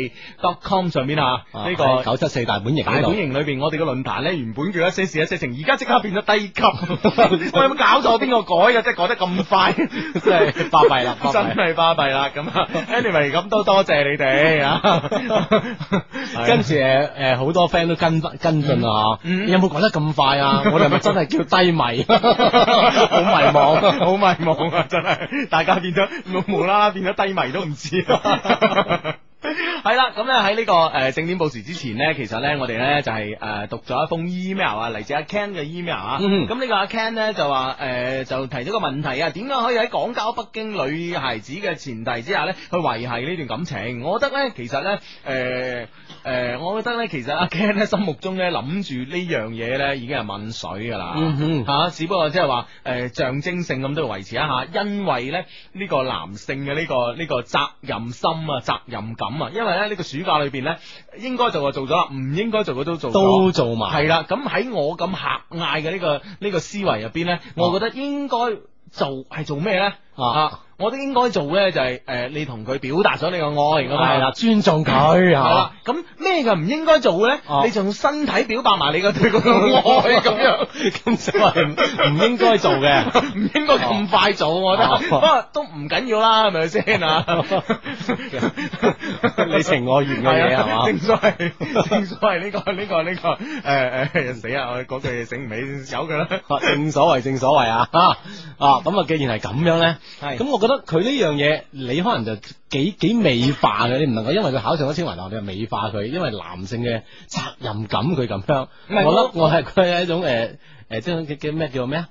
[SPEAKER 3] .com 上面啊，呢、個。
[SPEAKER 2] 啊九七四大本營
[SPEAKER 3] 大
[SPEAKER 2] 嗰
[SPEAKER 3] 本
[SPEAKER 2] 度。
[SPEAKER 3] 營裏邊，我哋嘅論壇咧原本叫一些事一些情，而家即刻變咗低 級。我有冇搞錯？邊個改嘅？即係改得 咁快，真
[SPEAKER 2] 係巴閉啦巴閉
[SPEAKER 3] 真係巴閉啦！咁啊，anyway，咁都多謝你哋啊。
[SPEAKER 2] 跟住誒誒，好多 friend 都跟跟進啦嚇。
[SPEAKER 3] 嗯
[SPEAKER 2] 你有冇講得咁快 啊？我哋係咪真係叫 低迷？好迷茫。
[SPEAKER 3] 好迷茫啊！真 係，大家變咗無無啦啦變咗低迷都唔知。係啦，咁咧喺呢個誒正點報時之前呢，其實呢，我哋呢就係誒讀咗一封 email 啊，嚟自阿 Ken 嘅 email 啊。
[SPEAKER 2] 嗯
[SPEAKER 3] 咁呢個阿 Ken 呢，就話誒就提咗個問題啊，點樣可以喺廣交北京女孩子嘅前提之下呢，去維係呢段感情？我覺得呢，其實呢，誒誒，我覺得呢，其實阿 Ken 呢心目中呢，諗住呢樣嘢呢，已經係問水㗎啦。
[SPEAKER 2] 嗯哼
[SPEAKER 3] 吓、啊只不過即係話诶象徵性咁都要維持一下，因為咧呢、個男性嘅呢、個呢、個責任心啊、責任感啊，因為咧呢、個暑假裏边咧應該做就做咗啦，唔應該做嘅都做咗
[SPEAKER 2] 都做埋。
[SPEAKER 3] 係啦。咁喺我咁狹隘嘅呢個呢、個思維入邊咧，我覺得應該做係做咩咧？
[SPEAKER 2] 啊
[SPEAKER 3] 我都應該做咧就係呃你同佢表達咗你嘅愛咁啊。
[SPEAKER 2] 係啦，尊重佢
[SPEAKER 3] 係
[SPEAKER 2] 嚇
[SPEAKER 3] 啦。，咁咩嘅唔應該做嘅咧？
[SPEAKER 2] 哦
[SPEAKER 3] 你就用身體表白埋你嘅對佢嘅愛咁樣。
[SPEAKER 2] 咁就係唔唔應該做嘅。
[SPEAKER 3] 唔應該咁快做，啊我覺得
[SPEAKER 2] 哦，
[SPEAKER 3] 不過都唔緊要啦，係咪先啊？
[SPEAKER 2] 你情我願嘅嘢係
[SPEAKER 3] 啊
[SPEAKER 2] 嘛
[SPEAKER 3] 正所謂， 正所謂呢個呢個呢個誒誒死啊！我嗰句醒唔起，有佢啦。
[SPEAKER 2] 啊正所謂，正所謂啊！啊，咁啊，既然係咁樣咧，
[SPEAKER 3] 係
[SPEAKER 2] 咁我覺得佢呢樣嘢，你可能就幾幾美化嘅，你唔能夠因為佢考上咗清華大學，你就美化佢，因為男性嘅責任感佢咁樣，
[SPEAKER 3] 唔係
[SPEAKER 2] 我覺得我係佢係一種誒誒，即係叫叫咩叫咩啊？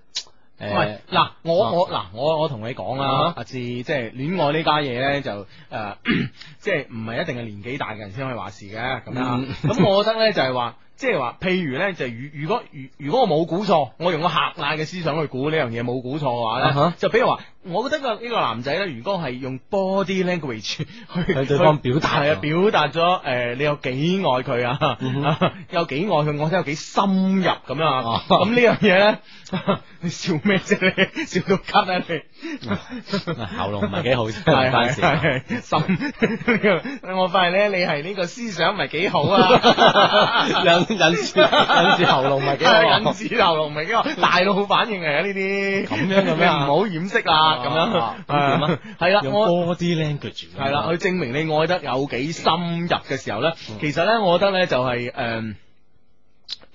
[SPEAKER 3] 唔係
[SPEAKER 2] 誒，
[SPEAKER 3] 嗱，我
[SPEAKER 2] 啊
[SPEAKER 3] 我嗱，我我同你講
[SPEAKER 2] 啊
[SPEAKER 3] 啦，阿志，即係戀愛呢家嘢咧，就誒，呃即係唔係一定係年紀大嘅人先可以話事嘅咁樣啊
[SPEAKER 2] 嗯。
[SPEAKER 3] 咁我覺得咧就係話，即係話，譬如咧就如如果如如果我冇估錯，我用個狹隘嘅思想去估呢樣嘢冇估錯嘅
[SPEAKER 2] 啊
[SPEAKER 3] 話咧
[SPEAKER 2] 哈，
[SPEAKER 3] 就比如話，我覺得個呢個男仔咧，如果係用 body language 去
[SPEAKER 2] 去對方表達
[SPEAKER 3] 係啊
[SPEAKER 2] 啊，
[SPEAKER 3] 表達咗誒你有幾愛佢啊
[SPEAKER 2] 嗯，
[SPEAKER 3] 有幾愛佢，我真係有幾深入咁樣啊
[SPEAKER 2] 哦。
[SPEAKER 3] 咁呢 樣嘢咧，你笑咩啫？你笑到咳啊你！
[SPEAKER 2] 喉嚨唔係幾好
[SPEAKER 3] 係係
[SPEAKER 2] 啫，唔關事啊。，
[SPEAKER 3] 係心，呢個 我發現咧，你係呢個思想唔係幾好啊
[SPEAKER 2] 忍忍住忍住喉嚨唔係 幾好啊
[SPEAKER 3] 係忍住喉嚨唔係幾好，大腦反應嚟啊呢啲，
[SPEAKER 2] 咁樣嘅咩
[SPEAKER 3] 唔好掩飾啦，咁樣
[SPEAKER 2] 啊咁點啊？
[SPEAKER 3] 係啦，
[SPEAKER 2] 用
[SPEAKER 3] 我。
[SPEAKER 2] body language
[SPEAKER 3] 系啦，去證明你愛得有幾深入嘅時候咧，其實咧，我覺得咧就係、誒。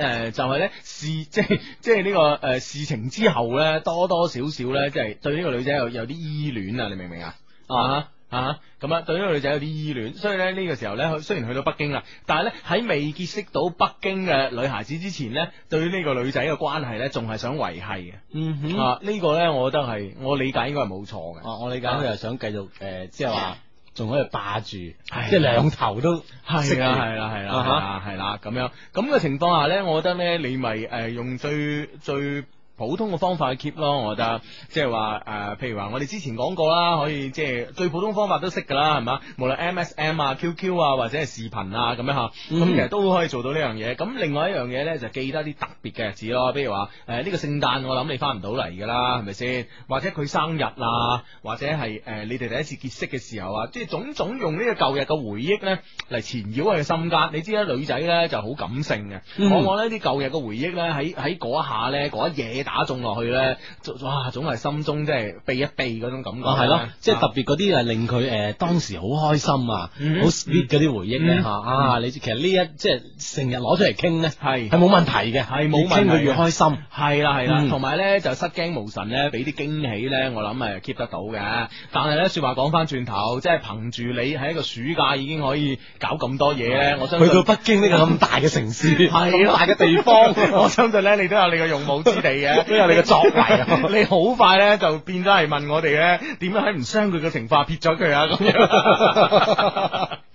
[SPEAKER 3] 誒、就係咧事， 即係即係呢、個誒、事情之後咧，多多少少咧，即係對呢個女仔有有啲依戀啊！你明唔明啊？啊啊咁啊，對呢個女仔有啲依戀，所以咧呢、個時候咧，雖然去到北京啦，但係咧喺未結識到北京嘅女孩子之前咧，對呢個女仔嘅關係咧，仲係想維係嘅。啊
[SPEAKER 2] 嗯哼。
[SPEAKER 3] 啊，呢、個咧，我覺得係我理解應該係冇錯嘅。
[SPEAKER 2] 哦，我理解佢又想繼續誒，即係話仲可以霸住，即
[SPEAKER 3] 啊
[SPEAKER 2] 系兩頭都識
[SPEAKER 3] 係
[SPEAKER 2] 你
[SPEAKER 3] 啦，係啦，係啦，
[SPEAKER 2] 啊
[SPEAKER 3] 係
[SPEAKER 2] 哈
[SPEAKER 3] 啦，係啦，咁樣咁嘅情況下咧，我覺得咧，你咪诶用最最。普通嘅方法去 keep 咯，我覺得即係話誒，呃譬如話我哋之前講過啦，可以即係最普通方法都識㗎啦，係嘛？無論 MSM 啊、QQ 啊，或者係視頻啊咁樣嚇，咁、
[SPEAKER 2] 嗯
[SPEAKER 3] 其實都可以做到呢樣嘢。咁另外一樣嘢咧，就記得啲特別嘅日子咯，譬如話誒呢個聖誕，我諗你翻唔到嚟㗎啦，係咪先？或者佢生日啊，或者係誒、呃你哋第一次結識嘅時候啊，即係種種用呢個舊日嘅回憶咧嚟纏繞佢嘅心間。你知啦，女仔咧就好感性嘅，
[SPEAKER 2] 嗯
[SPEAKER 3] 往往呢啲舊日嘅回憶咧喺喺嗰一下咧嗰一嘢打中落去咧，就哇總係心中即係避一避嗰種感覺。
[SPEAKER 2] 啊，系咯，即係
[SPEAKER 3] 啊
[SPEAKER 2] 特別嗰啲係令佢诶當時好開心啊，
[SPEAKER 3] 嗯
[SPEAKER 2] 好 sweet 嗰啲回憶咧
[SPEAKER 3] 嗯
[SPEAKER 2] 吓啊！你其實呢一即係成日攞出嚟傾咧，
[SPEAKER 3] 係
[SPEAKER 2] 係冇問題嘅，係
[SPEAKER 3] 冇問題嘅
[SPEAKER 2] 傾佢越開心。
[SPEAKER 3] 系啦系啦
[SPEAKER 2] 嗯，
[SPEAKER 3] 同埋咧就失驚無神咧，俾啲驚喜咧，我諗诶 keep 得到嘅。但係咧说話講翻轉頭，即係憑住你喺一個暑假已經可以搞咁多嘢咧，我相
[SPEAKER 2] 去到
[SPEAKER 3] 信。
[SPEAKER 2] 北京呢個咁大嘅城市，
[SPEAKER 3] 係
[SPEAKER 2] 咁
[SPEAKER 3] 咯
[SPEAKER 2] 大嘅地方，
[SPEAKER 3] 我相信咧，你都有你嘅用武之地嘅，
[SPEAKER 2] 都有你嘅作為啊
[SPEAKER 3] 你好快咧就變咗係問我哋咧，點樣喺唔相佢嘅情況下撇咗佢啊咁樣。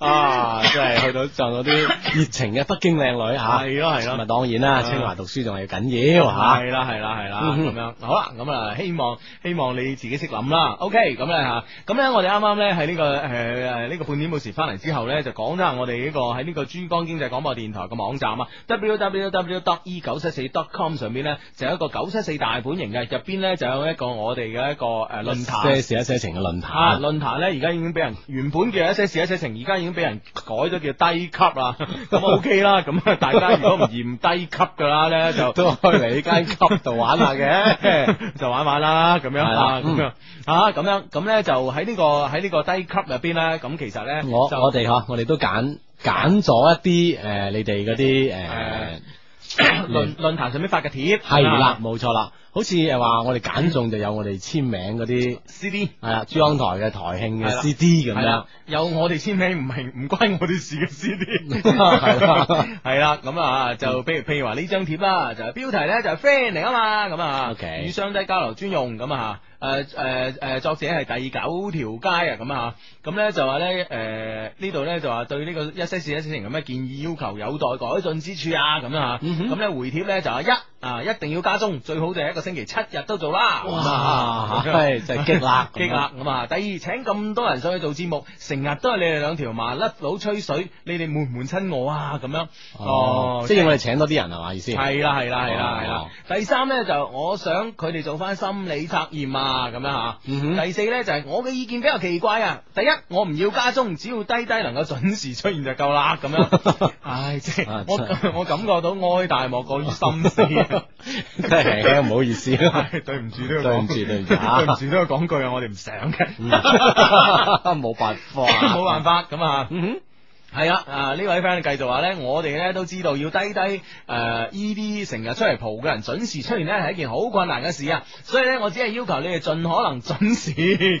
[SPEAKER 2] 啊，真係去到撞到啲熱情嘅北京靚女吓，
[SPEAKER 3] 係咯係咯
[SPEAKER 2] 咁啊當然啦，
[SPEAKER 3] 啊
[SPEAKER 2] 清華讀書仲係要緊要吓。
[SPEAKER 3] 系啦系啦系啦，
[SPEAKER 2] 嗯哼
[SPEAKER 3] 咁样好啦，咁啊希望希望你自己識諗啦。OK，咁咧吓，咁咧我哋啱啱咧喺呢個诶诶呢個半點報時翻嚟之後咧，就講咗下我哋呢個喺呢個珠江經濟廣播電台嘅網站啊，www.e e 九七四 .com 上邊咧就有一個九七四大本營嘅，入邊咧就有一個我哋嘅一個诶論
[SPEAKER 2] 一些
[SPEAKER 3] 壇。
[SPEAKER 2] 事一些情嘅論
[SPEAKER 3] 啊！
[SPEAKER 2] 壇，
[SPEAKER 3] 論壇咧，而家已經俾人原本叫一些事一些情，而家已經俾人改咗叫低 級啦。咁 OK 啦，咁啊大家如果唔嫌低級噶 啦咧，就
[SPEAKER 2] 都去嚟呢間級度玩下嘅。
[SPEAKER 3] 就玩玩啦，咁樣
[SPEAKER 2] 係啦嗯
[SPEAKER 3] 啊，咁樣啊，咁樣咁咧就喺呢個喺呢個低級入邊咧，咁其實咧
[SPEAKER 2] 我
[SPEAKER 3] 就
[SPEAKER 2] 我哋嗬，我哋都揀揀咗一啲诶、呃你哋嗰啲
[SPEAKER 3] 誒
[SPEAKER 2] 诶
[SPEAKER 3] 論論壇上面發嘅帖
[SPEAKER 2] 嗯
[SPEAKER 3] 啊
[SPEAKER 2] 係啦，冇錯啦，好似诶話我哋揀中就有我哋簽名嗰啲
[SPEAKER 3] ，CD
[SPEAKER 2] 係啦，珠江台嘅台慶嘅
[SPEAKER 3] 係啦
[SPEAKER 2] CD 咁
[SPEAKER 3] 係
[SPEAKER 2] 樣
[SPEAKER 3] 啦，，有我哋簽名唔係唔關我哋事嘅 CD，
[SPEAKER 2] 係 啦
[SPEAKER 3] 係啦，咁啊就
[SPEAKER 2] 嗯
[SPEAKER 3] 譬如譬如話呢張帖啦，就係標題咧就係 friend 嚟啊嘛，咁啊
[SPEAKER 2] OK
[SPEAKER 3] 與雙低交流專用咁啊。誒誒誒，作者係第九條街啊，咁啊，咁咧就話咧誒呢度咧就話對呢個一些事一些情有咩建議要求有待改進之處啊，咁啊，
[SPEAKER 2] 嗯哼
[SPEAKER 3] 咁咧回帖咧就話一啊一定要加鐘，最好就係一個星期七日都做啦，咁
[SPEAKER 2] 哇，
[SPEAKER 3] 啊
[SPEAKER 2] 係就係激辣
[SPEAKER 3] 激啦咁啊！第二，請咁多人上去做節目，成日都係你哋兩條麻甩佬吹水，你哋悶唔悶親我啊？咁樣
[SPEAKER 2] 哦，即係要我哋請多啲人係嘛意思？
[SPEAKER 3] 係啦係啦係啦係啦
[SPEAKER 2] 哦。
[SPEAKER 3] 第三呢，就我想佢哋做翻心理測驗啊，咁樣吓。
[SPEAKER 2] 嗯哼
[SPEAKER 3] 第四呢，就係我嘅意見比較奇怪啊。第一，我唔要加鐘，只要低低能夠準時出現就夠啦，咁樣。 唉，即係
[SPEAKER 2] 啊
[SPEAKER 3] 我我感覺到哀大莫過於心 死啊。
[SPEAKER 2] 真係輕輕唔好意 思。
[SPEAKER 3] 唉對唔住都要
[SPEAKER 2] 對
[SPEAKER 3] 講
[SPEAKER 2] 唔住
[SPEAKER 3] 句
[SPEAKER 2] 對唔住啊 嗯
[SPEAKER 3] 對唔住都要講句啊，我哋唔想嘅。
[SPEAKER 2] 冇辦法，
[SPEAKER 3] 冇辦法咁啊，
[SPEAKER 2] 嗯
[SPEAKER 3] 係啦，啊呢位 friend 繼續話咧，我哋咧都知道要低低誒依啲成日出嚟蒲嘅人準時出現咧係一件好困難嘅事啊，所以咧我只係要求你哋盡可能準時，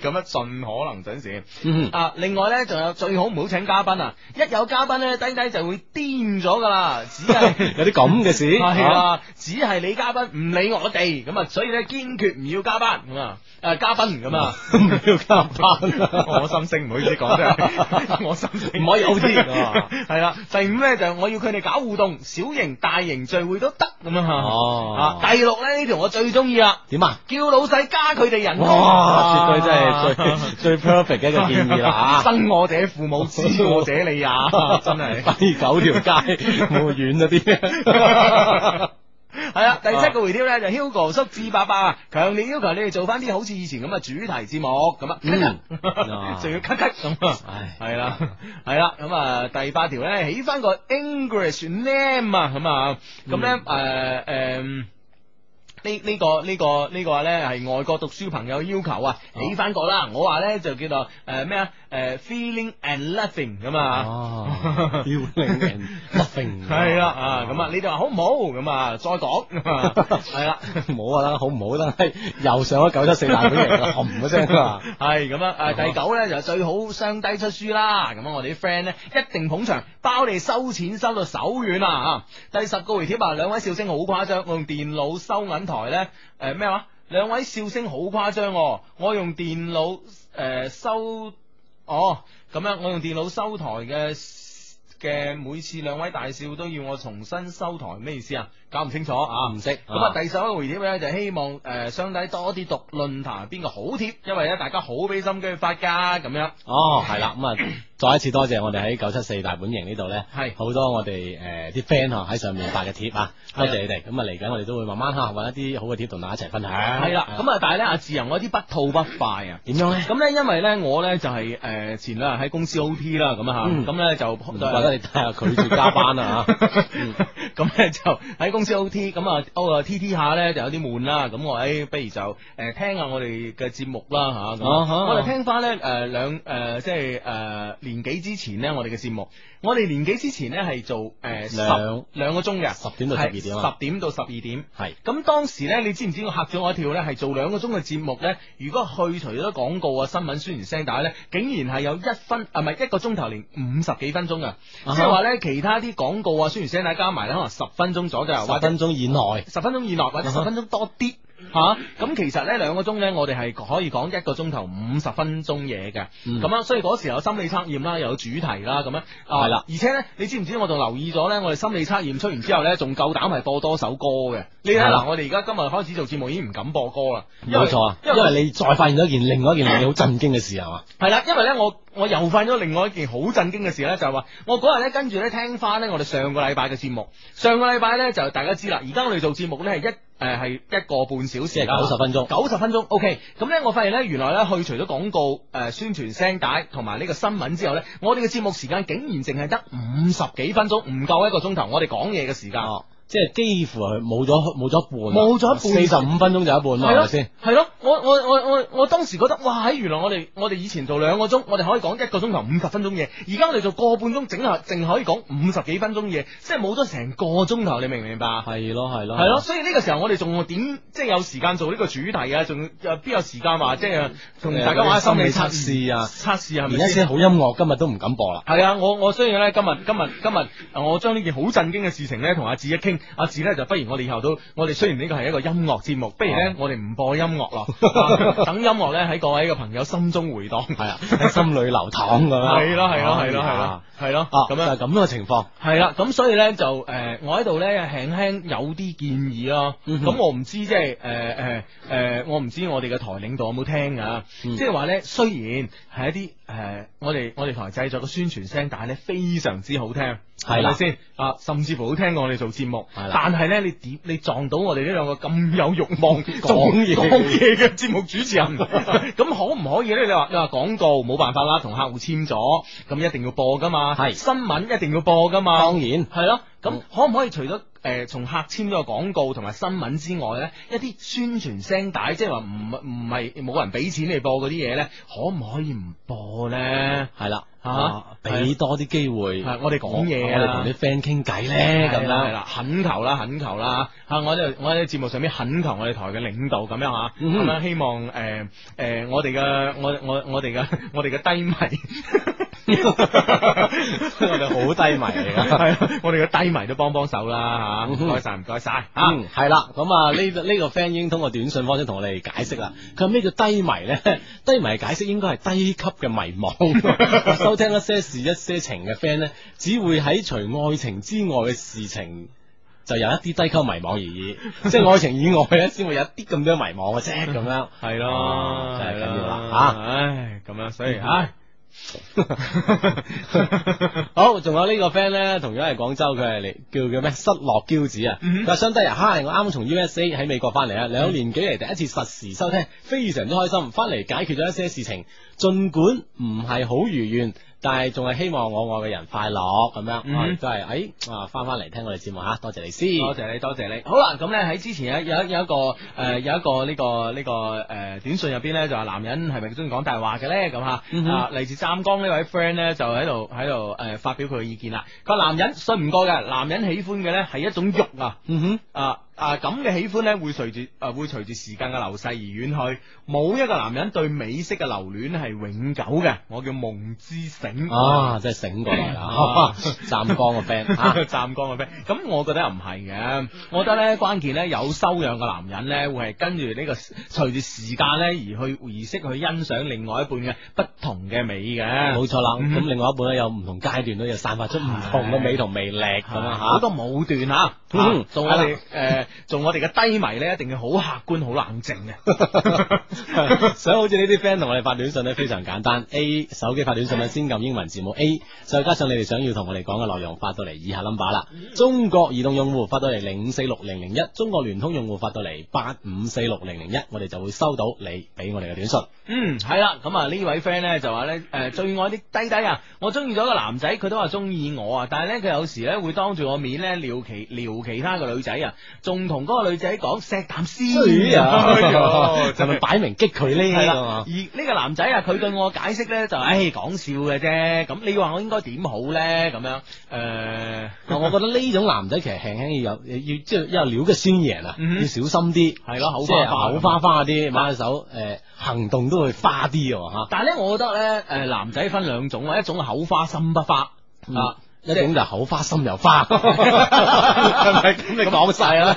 [SPEAKER 3] 咁樣盡可能準時。
[SPEAKER 2] 哼嗯哼，
[SPEAKER 3] 啊，另外咧，仲有最好唔好請嘉賓啊！一有嘉賓咧，低低就會癲咗噶啦，只係
[SPEAKER 2] 有啲咁嘅事，
[SPEAKER 3] 係啊，只係你嘉賓唔理我哋咁啊，所以咧堅決唔要嘉賓咁啊，誒嘉賓咁啊。
[SPEAKER 2] 唔要加班，
[SPEAKER 3] 我心聲唔好意思 講啫，我心聲
[SPEAKER 2] 唔可以好啲啊
[SPEAKER 3] 係啦，第五咧就係我要佢哋搞互動，小型、大型聚會都得咁樣嚇。
[SPEAKER 2] 哦
[SPEAKER 3] 啊，第六咧呢條我最中意啦，
[SPEAKER 2] 點啊？
[SPEAKER 3] 叫老細加佢哋人工。啊
[SPEAKER 2] 哇！絕對真係 最最 perfect 嘅一個建議啦啊嚇。
[SPEAKER 3] 生我者父母，知我者你也，啊 真係。
[SPEAKER 2] 第九條街冇遠咗 啲，
[SPEAKER 3] 系
[SPEAKER 2] 啊
[SPEAKER 3] 啦，啊第七個回帖咧就 Hugo 叔志伯伯啊，強烈要求你哋做翻啲好似以前咁嘅主題節目咁啊，
[SPEAKER 2] 嗯啊
[SPEAKER 3] 仲要咳咳咁啊，
[SPEAKER 2] 唉
[SPEAKER 3] 係啦，係啦，咁啊第八條咧起翻個 English name 啊，咁啊，咁咧
[SPEAKER 2] 嗯
[SPEAKER 3] 诶诶。誒嗯呢呢、個呢、個呢、個咧係外國讀書朋友要求啊，
[SPEAKER 2] 哦
[SPEAKER 3] 起翻個啦！我話咧就叫做誒咩啊誒 feeling and loving 咁啊，
[SPEAKER 2] 哦，要令人 nothing，
[SPEAKER 3] 系啦啊，咁啊，你哋话好唔好？咁啊，再 讲系啦。
[SPEAKER 2] 冇啊啦，好唔好啦？又上咗九七四大本營啦，冚一聲啊！
[SPEAKER 3] 系咁啊！诶，第九咧就最好雙低出書啦。咁啊，我哋啲 friend 咧一定捧場，包你收錢收到手軟啦吓。第十個回帖啊，兩位笑聲好誇張，我用電腦收銀台咧，诶咩話？兩位笑聲好誇張喎，我用電腦诶收哦，咁样我用電腦收台嘅嘅，每次兩位大少都要我重新收台，咩意思啊？搞唔清楚啊！
[SPEAKER 2] 唔識
[SPEAKER 3] 咁啊，第十一個回帖咧就希望诶，相低多啲讀論壇邊個好帖，因為咧大家好俾心機去發噶，咁樣
[SPEAKER 2] 哦，系啦，咁啊，再一次多謝我哋喺九七四大本營呢度咧，
[SPEAKER 3] 係
[SPEAKER 2] 好多我哋诶啲 friend 啊喺上面發嘅貼啊，多謝你哋。咁啊，嚟緊我哋都會慢慢吓揾一啲好嘅貼同大家一齊分享。
[SPEAKER 3] 係啦。
[SPEAKER 2] 咁
[SPEAKER 3] 咁啊，但係咧阿志由我有啲不吐不快啊！
[SPEAKER 2] 點樣咧？
[SPEAKER 3] 咁咧，因為咧我咧就係诶前兩日喺公司 O T 啦，咁啊
[SPEAKER 2] 嗯
[SPEAKER 3] 吓，咁咧就
[SPEAKER 2] 唔怪得你睇下拒絕加班啊啦吓。
[SPEAKER 3] 咁咧就喺公司 O T，咁啊 O 啊 T T 下咧就有啲悶啦，咁我誒不如就誒聽下我哋嘅節目啦嚇，咁
[SPEAKER 2] 啊哈
[SPEAKER 3] 我哋聽翻咧誒兩誒即係誒年幾之前咧我哋嘅節目，我哋年幾之前咧係做誒
[SPEAKER 2] 兩
[SPEAKER 3] 十兩個鐘嘅，
[SPEAKER 2] 10點到12點啊
[SPEAKER 3] 十點到十二點。
[SPEAKER 2] 係
[SPEAKER 3] 咁當時咧，你知唔知我嚇咗我一跳咧？係做兩個鐘嘅節目咧，如果去除咗廣告啊、新聞宣傳聲帶咧，竟然係有一分啊，唔係一個鐘頭連五十幾分鐘啊！即
[SPEAKER 2] 哈
[SPEAKER 3] 係話咧，其他啲廣告啊、宣傳聲帶加埋咧，可能十分鐘左右，或
[SPEAKER 2] 十
[SPEAKER 3] 者
[SPEAKER 2] 分鐘以內。
[SPEAKER 3] 十分鐘以內，或者
[SPEAKER 2] 啊
[SPEAKER 3] 十
[SPEAKER 2] 哈
[SPEAKER 3] 分鐘多啲。
[SPEAKER 2] 嗯
[SPEAKER 3] 吓咁、其實咧兩個鐘咧，我哋係可以講一個鐘頭五十分鐘嘢嘅，
[SPEAKER 2] 嗯
[SPEAKER 3] 咁啊，所以嗰時有心理測驗啦，又有主題啦，咁樣啊，
[SPEAKER 2] 係啦
[SPEAKER 3] 而且咧，你知唔知我仲留意咗咧？我哋心理測驗出完之後咧，仲夠膽係播多首歌嘅。你睇
[SPEAKER 2] 係啦
[SPEAKER 3] 嗱，我哋而家今日開始做節目已經唔敢播歌啦，因為
[SPEAKER 2] 冇錯啊，
[SPEAKER 3] 因
[SPEAKER 2] 因
[SPEAKER 3] 為
[SPEAKER 2] 為你再發現咗一件另外一件令你好震驚嘅事啊係嘛？
[SPEAKER 3] 係啦，因為咧我我又發現咗另外一件好震驚嘅事咧，就係話我嗰日咧跟住咧聽翻咧我哋上個禮拜嘅節目，上個禮拜咧就大家知啦，而家我哋做節目咧係一誒係一個半小時
[SPEAKER 2] 即係
[SPEAKER 3] 㗎啦
[SPEAKER 2] 九十分鐘。
[SPEAKER 3] 九十分鐘，OK。咁呢，我發現呢，原來呢，去除咗廣告、誒、宣傳聲帶同埋呢個新聞之後呢，我哋嘅節目時間竟然淨係得五十幾分鐘，唔夠一個鐘頭，我哋講嘢嘅時間。
[SPEAKER 2] 哦，即係幾乎係冇咗冇咗一半啊，
[SPEAKER 3] 冇咗一半
[SPEAKER 2] 四十五分鐘就一半啦，係咪先？
[SPEAKER 3] 係咯，我我我我我當時覺得，哇！原來我哋我哋以前做兩個鐘，我哋可以講一個鐘頭五十分鐘嘢，而家我哋做個半鐘，整下淨可以講五十幾分鐘嘢，即係冇咗成個鐘頭，你明唔明白？
[SPEAKER 2] 係咯係咯
[SPEAKER 3] 係咯，。所以呢個時候我哋仲點即係有時間做呢個主題啊？仲有邊有時間話即
[SPEAKER 2] 嗯
[SPEAKER 3] 係同大家玩心理測
[SPEAKER 2] 心理測試啊
[SPEAKER 3] 測試係
[SPEAKER 2] 而
[SPEAKER 3] 咪
[SPEAKER 2] 家
[SPEAKER 3] 先
[SPEAKER 2] 先？好音樂，今日都唔敢播啦。
[SPEAKER 3] 系啊，我我所以咧，今日今日今日，呃我將呢件好震驚嘅事情咧，同阿志一傾，阿志咧就不如我哋以後都，我哋雖然呢個係一個音樂節目，不如咧
[SPEAKER 2] 哦
[SPEAKER 3] 我哋唔播音 樂咯，啊等音樂咧喺各位嘅朋友心中回蕩。
[SPEAKER 2] 係啊，喺心裏流淌咁樣。
[SPEAKER 3] 係咯係咯係咯係咯係咯，
[SPEAKER 2] 啊，咁
[SPEAKER 3] 咁樣
[SPEAKER 2] 就係咁樣嘅情 況。
[SPEAKER 3] 系啦，咁所以咧就诶、呃我喺度咧輕輕有啲建議咯。咁、
[SPEAKER 2] 嗯哼
[SPEAKER 3] 我唔知即系呃诶诶诶，呃我唔知我哋嘅台領導有冇聽啊。
[SPEAKER 2] 嗯
[SPEAKER 3] 即係話咧，雖然係一啲诶、呃我哋我哋台製作嘅宣傳聲帶咧非常之好聽，係
[SPEAKER 2] 係啦
[SPEAKER 3] 咪先啊？甚至乎好聽過我哋做節目，
[SPEAKER 2] 係啦
[SPEAKER 3] 但係咧你點你撞到我哋呢兩個咁有欲
[SPEAKER 2] 講
[SPEAKER 3] 望
[SPEAKER 2] 嘢
[SPEAKER 3] 講嘢嘅節目主 持人，咁可唔可以咧？你話你話廣告冇辦法啦，同客戶簽咗，咁一定要播噶嘛。
[SPEAKER 2] 係
[SPEAKER 3] 新聞一定要播噶嘛。
[SPEAKER 2] 當然
[SPEAKER 3] 係咯，咁
[SPEAKER 2] 嗯
[SPEAKER 3] 可唔可以除咗誒從客簽咗個廣告同埋新聞之外咧，一啲宣傳聲帶，即係話唔唔係冇人俾錢你播嗰啲嘢咧，可唔可以唔播咧？
[SPEAKER 2] 係啦，
[SPEAKER 3] 啊
[SPEAKER 2] 啊俾多啲機會
[SPEAKER 3] 係我哋講嘢啊
[SPEAKER 2] 我哋同啲 friend 傾偈咧，咁
[SPEAKER 3] 係啦，係
[SPEAKER 2] 樣。
[SPEAKER 3] 啦，懇求啦，懇求啦，吓我喺度我喺節目上面懇求我哋台嘅領導咁樣吓，
[SPEAKER 2] 嗯
[SPEAKER 3] 咁樣希望诶诶我哋嘅我我我哋嘅 我哋嘅低 迷，
[SPEAKER 2] 我哋好低迷嚟㗎
[SPEAKER 3] 係啊我哋嘅低迷都幫幫手啦吓，
[SPEAKER 2] 嗯
[SPEAKER 3] 唔
[SPEAKER 2] 哼
[SPEAKER 3] 該晒唔該晒吓。
[SPEAKER 2] 嗯，系啦，咁啊呢呢個 friend 已經通過短信方式同我哋解釋啦。佢話咩叫低迷咧？ 低迷解釋應該係低級嘅迷惘。 收聽一些事一些情嘅 friend 咧，只會喺除愛情之外嘅事情。就有一啲低級迷惘而已，即係愛情以外咧，先會有一啲咁多迷惘嘅啫，咁樣
[SPEAKER 3] 系咯，
[SPEAKER 2] 啊真係緊要啦
[SPEAKER 3] 啊
[SPEAKER 2] 啊！
[SPEAKER 3] 唉，咁樣，所以啊
[SPEAKER 2] 嗯
[SPEAKER 3] 唉，
[SPEAKER 2] 好，仲有呢個 friend 咧，同樣係廣州，佢係嚟叫叫咩？失落驕子啊！
[SPEAKER 3] 嗯
[SPEAKER 2] 佢話相低人，嗨，我啱啱從 USA 喺美國翻嚟啊，兩年幾嚟第一次實時收聽，非常之開心。翻嚟解決咗一些事情，儘管唔係好如願，但係仲係希望我愛嘅人快樂咁樣。
[SPEAKER 3] 嗯哦
[SPEAKER 2] 啊都係誒啊，翻翻嚟聽我哋節目吓，多謝你先。
[SPEAKER 3] 多謝你，多謝你。好啦，咁咧喺之前有有有一個誒、呃有一個呢、個呢、個誒、呃短信入邊咧就話男人係咪中意講大話嘅咧咁嚇
[SPEAKER 2] 嗯哼
[SPEAKER 3] 啊嚟自湛江呢位 friend 咧就喺度喺度呃誒發表佢嘅意見啦。佢話男人信唔過嘅，男人喜歡嘅咧係一種慾啊
[SPEAKER 2] 嗯哼。
[SPEAKER 3] 啊啊啊咁嘅喜歡咧，會隨住啊會隨住時間嘅流逝而遠去，冇一個男人對美式嘅留戀係永久嘅，我叫夢之醒。
[SPEAKER 2] 啊，真係醒過嚟 啦，啊湛江個 friend 啊，
[SPEAKER 3] 湛江嘅 friend，咁我覺得又唔係嘅，我覺得咧關鍵咧有修養嘅男人咧，會係跟住呢個隨住時間咧而去而識去欣賞另外一半嘅不同嘅美嘅，
[SPEAKER 2] 冇錯啦。
[SPEAKER 3] 嗯
[SPEAKER 2] 咁另外一半咧有唔同階段都有散發出唔同嘅美同魅力咁啊樣
[SPEAKER 3] 好
[SPEAKER 2] 吓。
[SPEAKER 3] 多武斷吓，
[SPEAKER 2] 嗯
[SPEAKER 3] 啊做我
[SPEAKER 2] 係
[SPEAKER 3] 哋誒做我哋嘅低迷咧，一定要好客觀、好冷靜嘅。
[SPEAKER 2] 所以好似呢啲 friend 同我哋發短信咧非常簡單，A 手機發短信咧先撳英文字母 A，再加上你哋想要同我哋講嘅內容發到嚟以下 number 啦。中國移動用戶發到嚟零五四六零零一，中國聯通用戶發到嚟八五四六零零一，我哋就會收到你俾我哋嘅短信。
[SPEAKER 3] 嗯，系啦，咁啊呢位 friend 咧就話咧，诶、最愛啲低低啊，我中意咗個男仔，佢都話中意我啊，但係咧佢有時咧會當住我面咧撩其撩其他嘅女仔啊，仲同嗰個女仔講錫啖先，哎呦
[SPEAKER 2] 就咪擺明激佢呢？
[SPEAKER 3] 係啦，
[SPEAKER 2] 咁啊
[SPEAKER 3] 而呢個男仔啊，佢對我解釋咧就，唉、講笑嘅啫，咁你話我應該點好咧？咁樣，诶、
[SPEAKER 2] 我覺得呢種男仔其實輕輕要有要即係有料嘅宣言啊，
[SPEAKER 3] 嗯
[SPEAKER 2] 要小心啲，
[SPEAKER 3] 係咯，口
[SPEAKER 2] 即係
[SPEAKER 3] 花
[SPEAKER 2] 啊口花花啲，買手誒行動都會花啲喎 嚇。
[SPEAKER 3] 但係咧，我覺得咧，诶、男仔分兩種啊，一種口花心不花、
[SPEAKER 2] 嗯
[SPEAKER 3] 啊。
[SPEAKER 2] 一種就口花心又 花，係
[SPEAKER 3] 咪
[SPEAKER 2] 咁 你 講晒啦，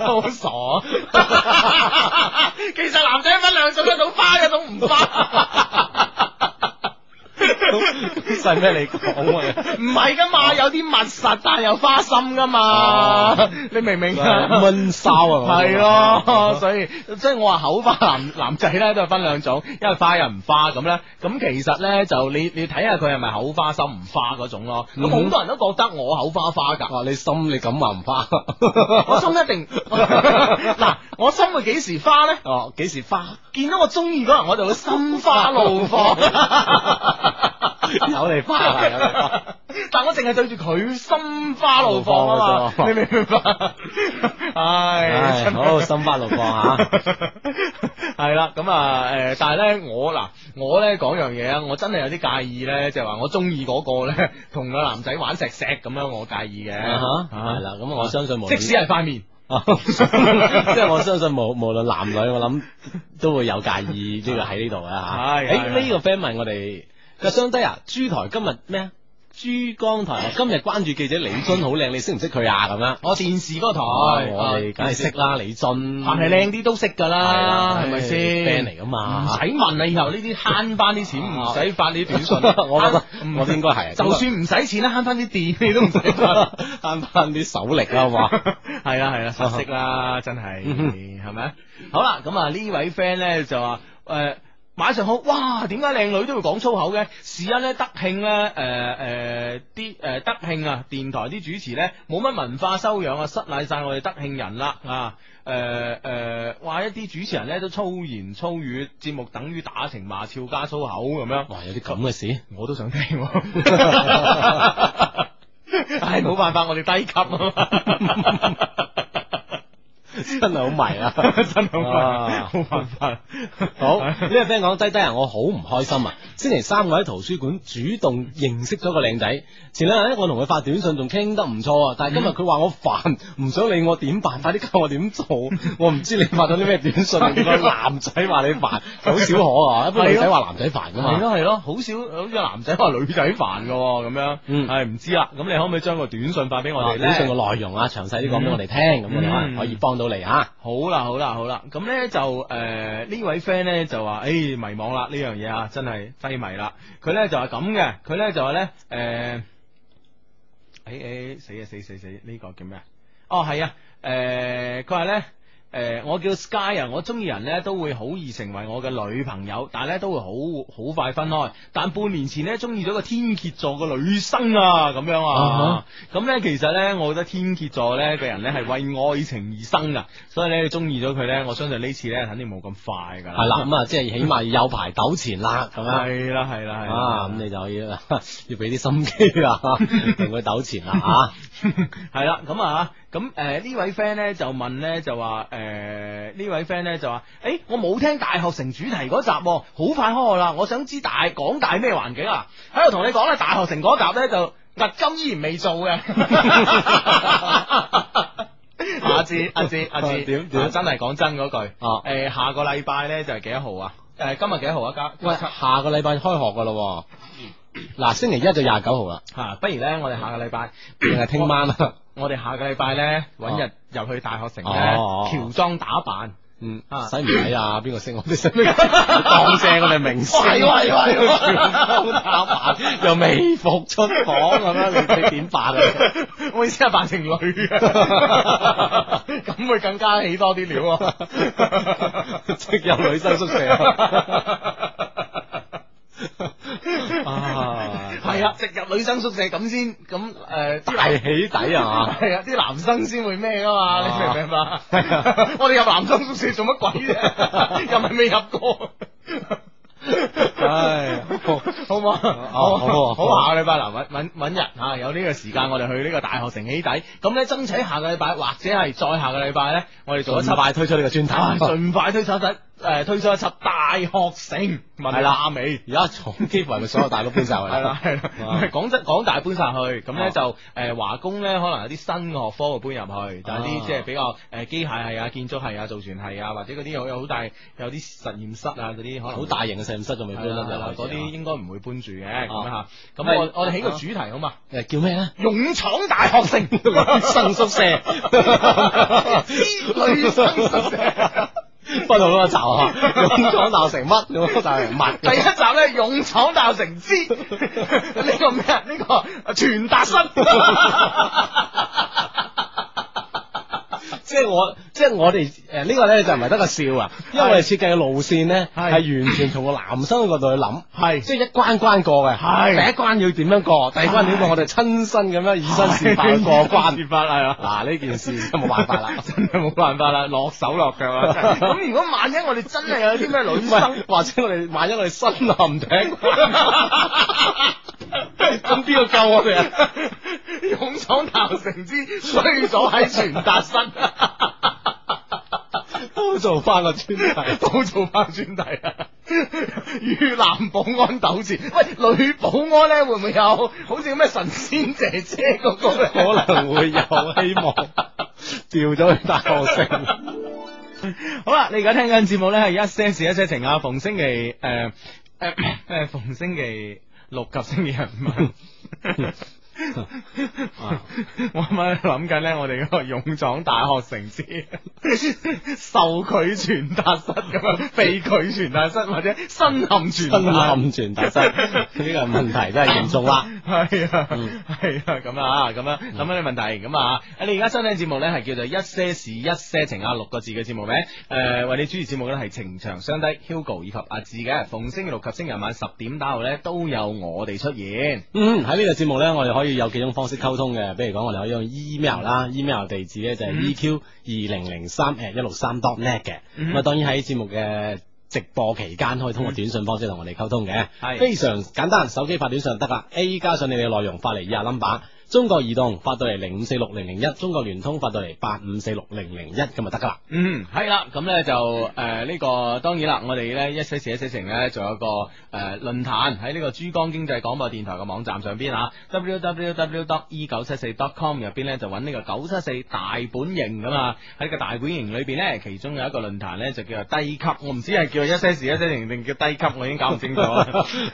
[SPEAKER 2] 好傻啊！
[SPEAKER 3] 其實男仔分兩種，一種花，一種唔花。
[SPEAKER 2] 使咩你講啊？
[SPEAKER 3] 唔係噶嘛，有啲密實但又花心噶嘛，
[SPEAKER 2] 哦
[SPEAKER 3] 你明唔明啊？
[SPEAKER 2] 悶騷啊！
[SPEAKER 3] 係咯，所以即係我話口花男男仔咧都係分兩種，一係花一係唔花咁咧。咁其實咧就你你睇下佢係咪口花心唔花嗰種咯。咁
[SPEAKER 2] 嗯
[SPEAKER 3] 好
[SPEAKER 2] 哼
[SPEAKER 3] 多人都覺得我口花花㗎。
[SPEAKER 2] 哇！你心你咁話唔花，
[SPEAKER 3] 我心一定 嗱，我心會幾時花咧？
[SPEAKER 2] 哦幾時花？
[SPEAKER 3] 見到我中意嗰人，我就會心花怒放。
[SPEAKER 2] 有你花啊！有你花
[SPEAKER 3] 但我淨係對住佢心花怒放啊嘛，你明唔明白？唉，
[SPEAKER 2] 唉，
[SPEAKER 3] 真係
[SPEAKER 2] 好心花怒放 啊！
[SPEAKER 3] 係啦，咁啊，诶，但係咧，我嗱，我咧講樣嘢啊，我真係有啲介意咧，就係話我中意嗰個咧， 同個男仔玩石石咁樣，我介意嘅，
[SPEAKER 2] 啊係啦，咁我相信無論
[SPEAKER 3] 啊即使 係塊面，
[SPEAKER 2] 啊即係我相信無無論男女，我諗都會有介意呢個喺呢度啊吓。
[SPEAKER 3] 係係
[SPEAKER 2] 誒呢個 friend 問我哋個雙低啊，珠台今日咩啊？珠江台啊話今日關注記者李津好靚，你識唔識佢啊？咁樣，哦
[SPEAKER 3] 我電視嗰個台，哦
[SPEAKER 2] 我哋梗係識啦，李津，
[SPEAKER 3] 凡係靚啲都識㗎
[SPEAKER 2] 嗯係啊
[SPEAKER 3] 啦，
[SPEAKER 2] 啦，
[SPEAKER 3] 係咪先
[SPEAKER 2] friend 嚟噶
[SPEAKER 3] 唔
[SPEAKER 2] 嘛。
[SPEAKER 3] 使？問啊啦，以後呢啲慳翻啲錢，唔使發呢啲短信
[SPEAKER 2] 啊 我覺得我應該係
[SPEAKER 3] 嗯
[SPEAKER 2] 啊
[SPEAKER 3] 就算唔使錢啦，慳翻啲電你都唔使發。
[SPEAKER 2] 慳翻啲手力啦，好啊嘛？
[SPEAKER 3] 係啦係啦，實識啦，真係
[SPEAKER 2] 嗯
[SPEAKER 3] 係咪？好啦，咁啊呢位 friend 咧就話誒。晚上好，哇！點解靚女都會講粗口嘅？是因咧德慶咧，誒誒啲誒德慶啊，電台啲主持咧冇乜文化修養啊，失禮晒我哋德慶人啦啊！誒、誒、話一啲主持人咧都粗言粗語，節目等於打情罵俏加粗口咁樣。
[SPEAKER 2] 哇，有啲咁嘅事，
[SPEAKER 3] 我都想聽喎。 唉，冇辦法，我哋低級啊 嘛，
[SPEAKER 2] 真係好迷啊！
[SPEAKER 3] 真係
[SPEAKER 2] 啊
[SPEAKER 3] 好辦法，
[SPEAKER 2] 好，呢個 friend 講低低啊，我好唔開心啊！星期三我喺圖書館主動認識咗個靚仔，前兩日咧我同佢發短信仲傾得唔錯啊，但係今日佢話我煩，唔想理我點辦？快啲教我點 做！我唔知你發咗啲咩短信，令到男仔話你煩，好少可 啊！一般女仔話男仔煩噶
[SPEAKER 3] 係
[SPEAKER 2] 嘛，
[SPEAKER 3] 咯係咯，好少好似男仔話女仔煩噶咁樣，
[SPEAKER 2] 嗯
[SPEAKER 3] 係唔知啦。咁你可唔可以將個短信發俾我
[SPEAKER 2] 啊
[SPEAKER 3] 哋
[SPEAKER 2] 短信
[SPEAKER 3] 咧？
[SPEAKER 2] 嘅內容啊，詳細啲講俾我哋聽，咁我哋
[SPEAKER 3] 嗯
[SPEAKER 2] 可能可以幫到你啊！
[SPEAKER 3] 好啦好啦好啦，咁咧就誒、呃呢位 friend 咧就話，誒、哎迷惘啦呢樣嘢啊，真係低迷啦。佢咧就話咁嘅，佢咧就話咧誒，誒、誒死啊死死死，呢、個叫咩啊？哦係啊，誒佢話咧。诶、我叫 Sky 啊，我中意人咧都會好易成為我嘅女朋友，但系咧都會好好快分開。但半年前咧中意咗個天蝎座嘅女生啊，咁樣啊，咁咧、其實咧，我覺得天蝎座咧嘅人咧係為愛情而生噶，所以咧中意咗佢咧，我相信呢次咧肯定冇咁快噶啦。
[SPEAKER 2] 係啦，咁啊，即係起碼有排糾纏 啦，咁樣。
[SPEAKER 3] 係啦，係啦，係啦
[SPEAKER 2] 啊，咁。你就要 要俾啲心機啊， 同佢糾纏啦啊！
[SPEAKER 3] 系啦，咁啊，咁诶呢位 friend 咧就問咧就話诶呢位 friend 咧就話，诶、我冇聽大學城主題嗰集、喎，好快開學啦，我想知大港大咩環境啊？喺度同你講 咧，大學城嗰集咧就押金依然未做嘅。阿志阿志 阿志，
[SPEAKER 2] 點點
[SPEAKER 3] 啊真係講真嗰句，
[SPEAKER 2] 啊，
[SPEAKER 3] 诶，下個禮拜咧就係幾多號啊？诶，今日幾多號啊？家
[SPEAKER 2] 喂，下個禮拜開學噶咯喎，嗱，星期一就廿九號啦，
[SPEAKER 3] 吓，啊不如咧，我哋下個禮拜
[SPEAKER 2] 嗯 定係聽晚啊？ 哦
[SPEAKER 3] 我哋下個禮拜咧揾日入去大學城咧
[SPEAKER 2] 哦哦哦
[SPEAKER 3] 喬裝打扮，
[SPEAKER 2] 嗯
[SPEAKER 3] 啊，
[SPEAKER 2] 使唔使啊？邊個識我 哋識咩？當正我哋明星，
[SPEAKER 3] 喂喂喂
[SPEAKER 2] 高打扮又微服出房咁樣，你你 點辦啊？
[SPEAKER 3] 我意思係扮成女 啊，咁會更加起多啲料啊！
[SPEAKER 2] 即有女生宿 舍啊！
[SPEAKER 3] 係啊，直入女生宿舍咁先，咁诶，啲
[SPEAKER 2] 大
[SPEAKER 3] 男
[SPEAKER 2] 起底啊！哦
[SPEAKER 3] 係啊，啲男生先會咩噶嘛？你明唔明白？
[SPEAKER 2] 啊
[SPEAKER 3] 我哋入男生宿舍做乜鬼 啫？又咪未入過。
[SPEAKER 2] 唉，
[SPEAKER 3] 好唔好
[SPEAKER 2] 啊
[SPEAKER 3] 啊？
[SPEAKER 2] 好好好
[SPEAKER 3] 好下個禮拜嗱，揾揾揾日吓，有呢個時間我哋去呢個大學城起底，咁咧爭取下個禮拜或者係再下個禮拜咧，我哋做一
[SPEAKER 2] 盡
[SPEAKER 3] 輯，
[SPEAKER 2] 快推出呢個專
[SPEAKER 3] 唉
[SPEAKER 2] 題。
[SPEAKER 3] 盡快推出一輯誒推出一輯大學城
[SPEAKER 2] 係
[SPEAKER 3] 文
[SPEAKER 2] 啦
[SPEAKER 3] 化美。
[SPEAKER 2] 而家重幾乎係咪所有大佬搬晒去
[SPEAKER 3] 系啦，系啦，
[SPEAKER 2] 哇
[SPEAKER 3] 唔 係廣真廣大搬晒去，咁
[SPEAKER 2] 啊
[SPEAKER 3] 咧就诶華工咧可能有啲新嘅學科會搬入去，就係
[SPEAKER 2] 啊
[SPEAKER 3] 啲即係比較诶機械系啊、建築系啊、造船系啊，或者嗰啲有有好大有啲實驗室啊嗰啲，可能
[SPEAKER 2] 好大型嘅實驗室仲未搬
[SPEAKER 3] 係
[SPEAKER 2] 得入
[SPEAKER 3] 啦係啦
[SPEAKER 2] 去
[SPEAKER 3] 嗰啲應該唔會搬住嘅咁
[SPEAKER 2] 啊
[SPEAKER 3] 吓。
[SPEAKER 2] 係
[SPEAKER 3] 咁我我哋起個主題好嘛？
[SPEAKER 2] 誒叫咩咧？
[SPEAKER 3] 勇闖大學城，
[SPEAKER 2] 女 生宿舍，
[SPEAKER 3] 女生宿舍。
[SPEAKER 2] 不到嗰個集啊！咁講鬧成 乜？咁講鬧成乜？
[SPEAKER 3] 第一集咧，勇闖大學城之 呢個咩啊？呢個傳達 室。
[SPEAKER 2] 即係我，即係我哋诶呢個咧就唔係得個笑 啊，因為我哋設計嘅路線咧
[SPEAKER 3] 係
[SPEAKER 2] 係完全從個男生嘅角度去諗，
[SPEAKER 3] 係
[SPEAKER 2] 即係一關關過嘅，
[SPEAKER 3] 係
[SPEAKER 2] 第一關要點樣過，第二關點過，我哋親 身咁樣以身試法去過關。
[SPEAKER 3] 事發 係啊。
[SPEAKER 2] 嗱呢件事 真係冇辦法啦，
[SPEAKER 3] 真係冇辦法啦，落手落腳 啊！真係咁如果萬一我哋真係有啲咩女生，
[SPEAKER 2] 喂或者我哋萬一我哋身陷 阱，咁邊個救我哋啊？
[SPEAKER 3] 勇闖大學城之衰咗喺傳達室，
[SPEAKER 2] 都做翻個 專題。
[SPEAKER 3] 都做翻專題啊！與男保安糾纏，喂，女保安咧會唔會有好似咩神仙姐姐嗰個咧？
[SPEAKER 2] 可能會有希望調咗去大學城。
[SPEAKER 3] 好啦，你而家聽緊節目咧係一些事一些情啊，逢星期誒誒誒逢星期六及星期日 晚。我啱啱諗緊咧，我哋嗰個勇闖大學城之受拒傳達室咁樣，被拒傳達室或者身陷
[SPEAKER 2] 身
[SPEAKER 3] 傳達室。
[SPEAKER 2] 陷全大室，呢個問題真係嚴重 啦。
[SPEAKER 3] 系啊，
[SPEAKER 2] 嗯
[SPEAKER 3] 系啊，咁啊，咁啊，咁樣嘅問題，咁啊，你而家收聽節目咧係叫做一些事一些情啊，六個字嘅節目名，诶，為你主持節目嘅咧係情長相低 Hugo 以及阿志嘅，逢星期六及星期日晚十點打後咧都有我哋出現，
[SPEAKER 2] 嗯，喺呢個節目呢，我哋可以有幾種方式溝通嘅，比如講我哋可以用 email 啦，email
[SPEAKER 3] 嗯
[SPEAKER 2] 地址呢就係 eq 二零零三 at 一六三 dot net 嘅。
[SPEAKER 3] 嗯
[SPEAKER 2] 咁啊，當然喺節目嘅直播期間可以通過短信方式同我哋溝通嘅。
[SPEAKER 3] 係
[SPEAKER 2] 非常簡單，手機發短信就得啦。A 加上你哋嘅內容發嚟以下 number，中國移動發到嚟零五四六零零一，中國聯通發到嚟八五四六零零一咁就得噶啦。
[SPEAKER 3] 嗯，係啦，咁咧就诶呢個當然啦，我哋咧一些事一些情咧，仲有個诶論壇喺呢個珠江經濟廣播電台嘅網站上邊啊，www dot e 九七四 dot com 入邊咧就揾呢個九七四大本營咁啊，喺呢個大本營裏邊咧，其中有一個論壇咧就叫做低級，我唔知係叫一些事一些情定叫低級，我已經搞唔清楚啦，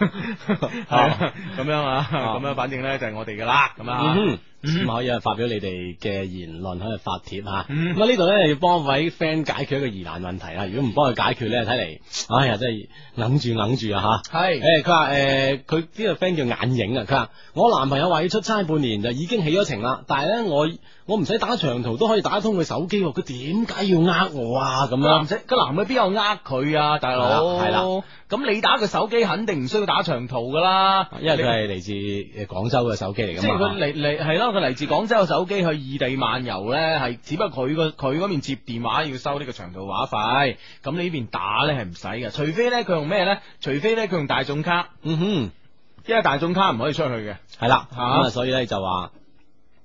[SPEAKER 3] 係啊咁樣啊，咁樣反正咧就係我哋噶啦，咁啊。
[SPEAKER 2] 嗯哼，
[SPEAKER 3] 嗯
[SPEAKER 2] 咁可以啊發表你哋嘅言論喺度發帖吓。
[SPEAKER 3] 嗯
[SPEAKER 2] 咁啊呢度咧要幫位 friend 解決一個疑難問題啦。如果唔幫佢解決咧，睇嚟，哎呀真係硬住硬住啊吓。
[SPEAKER 3] 係
[SPEAKER 2] 诶，佢話诶，誒佢呢個 friend 叫眼影啊，佢話我男朋友話要出差半年就已經起咗程啦，但係咧我我唔使打長途都可以打通佢手機喎，佢點解要呃我啊咁
[SPEAKER 3] 男
[SPEAKER 2] 樣？
[SPEAKER 3] 仔個男嘅邊有呃佢啊，大佬
[SPEAKER 2] 係啦係，
[SPEAKER 3] 咁你打佢手機肯定唔需要打長途噶啦，
[SPEAKER 2] 因為佢係啊嚟自誒廣州嘅手機嚟㗎
[SPEAKER 3] 你啊即係
[SPEAKER 2] 嘛。
[SPEAKER 3] 佢嚟嚟係咯，佢嚟自廣州嘅手機去異地漫遊咧，係只不過佢個佢嗰邊接電話要收呢個長途話費，咁你呢邊打咧係唔使嘅，除非咧佢用咩咧？除非咧佢用大眾卡，
[SPEAKER 2] 嗯哼。
[SPEAKER 3] 因為大眾卡唔可以出去嘅。
[SPEAKER 2] 系啦，啊
[SPEAKER 3] 嚇
[SPEAKER 2] 咁啊，所以咧就話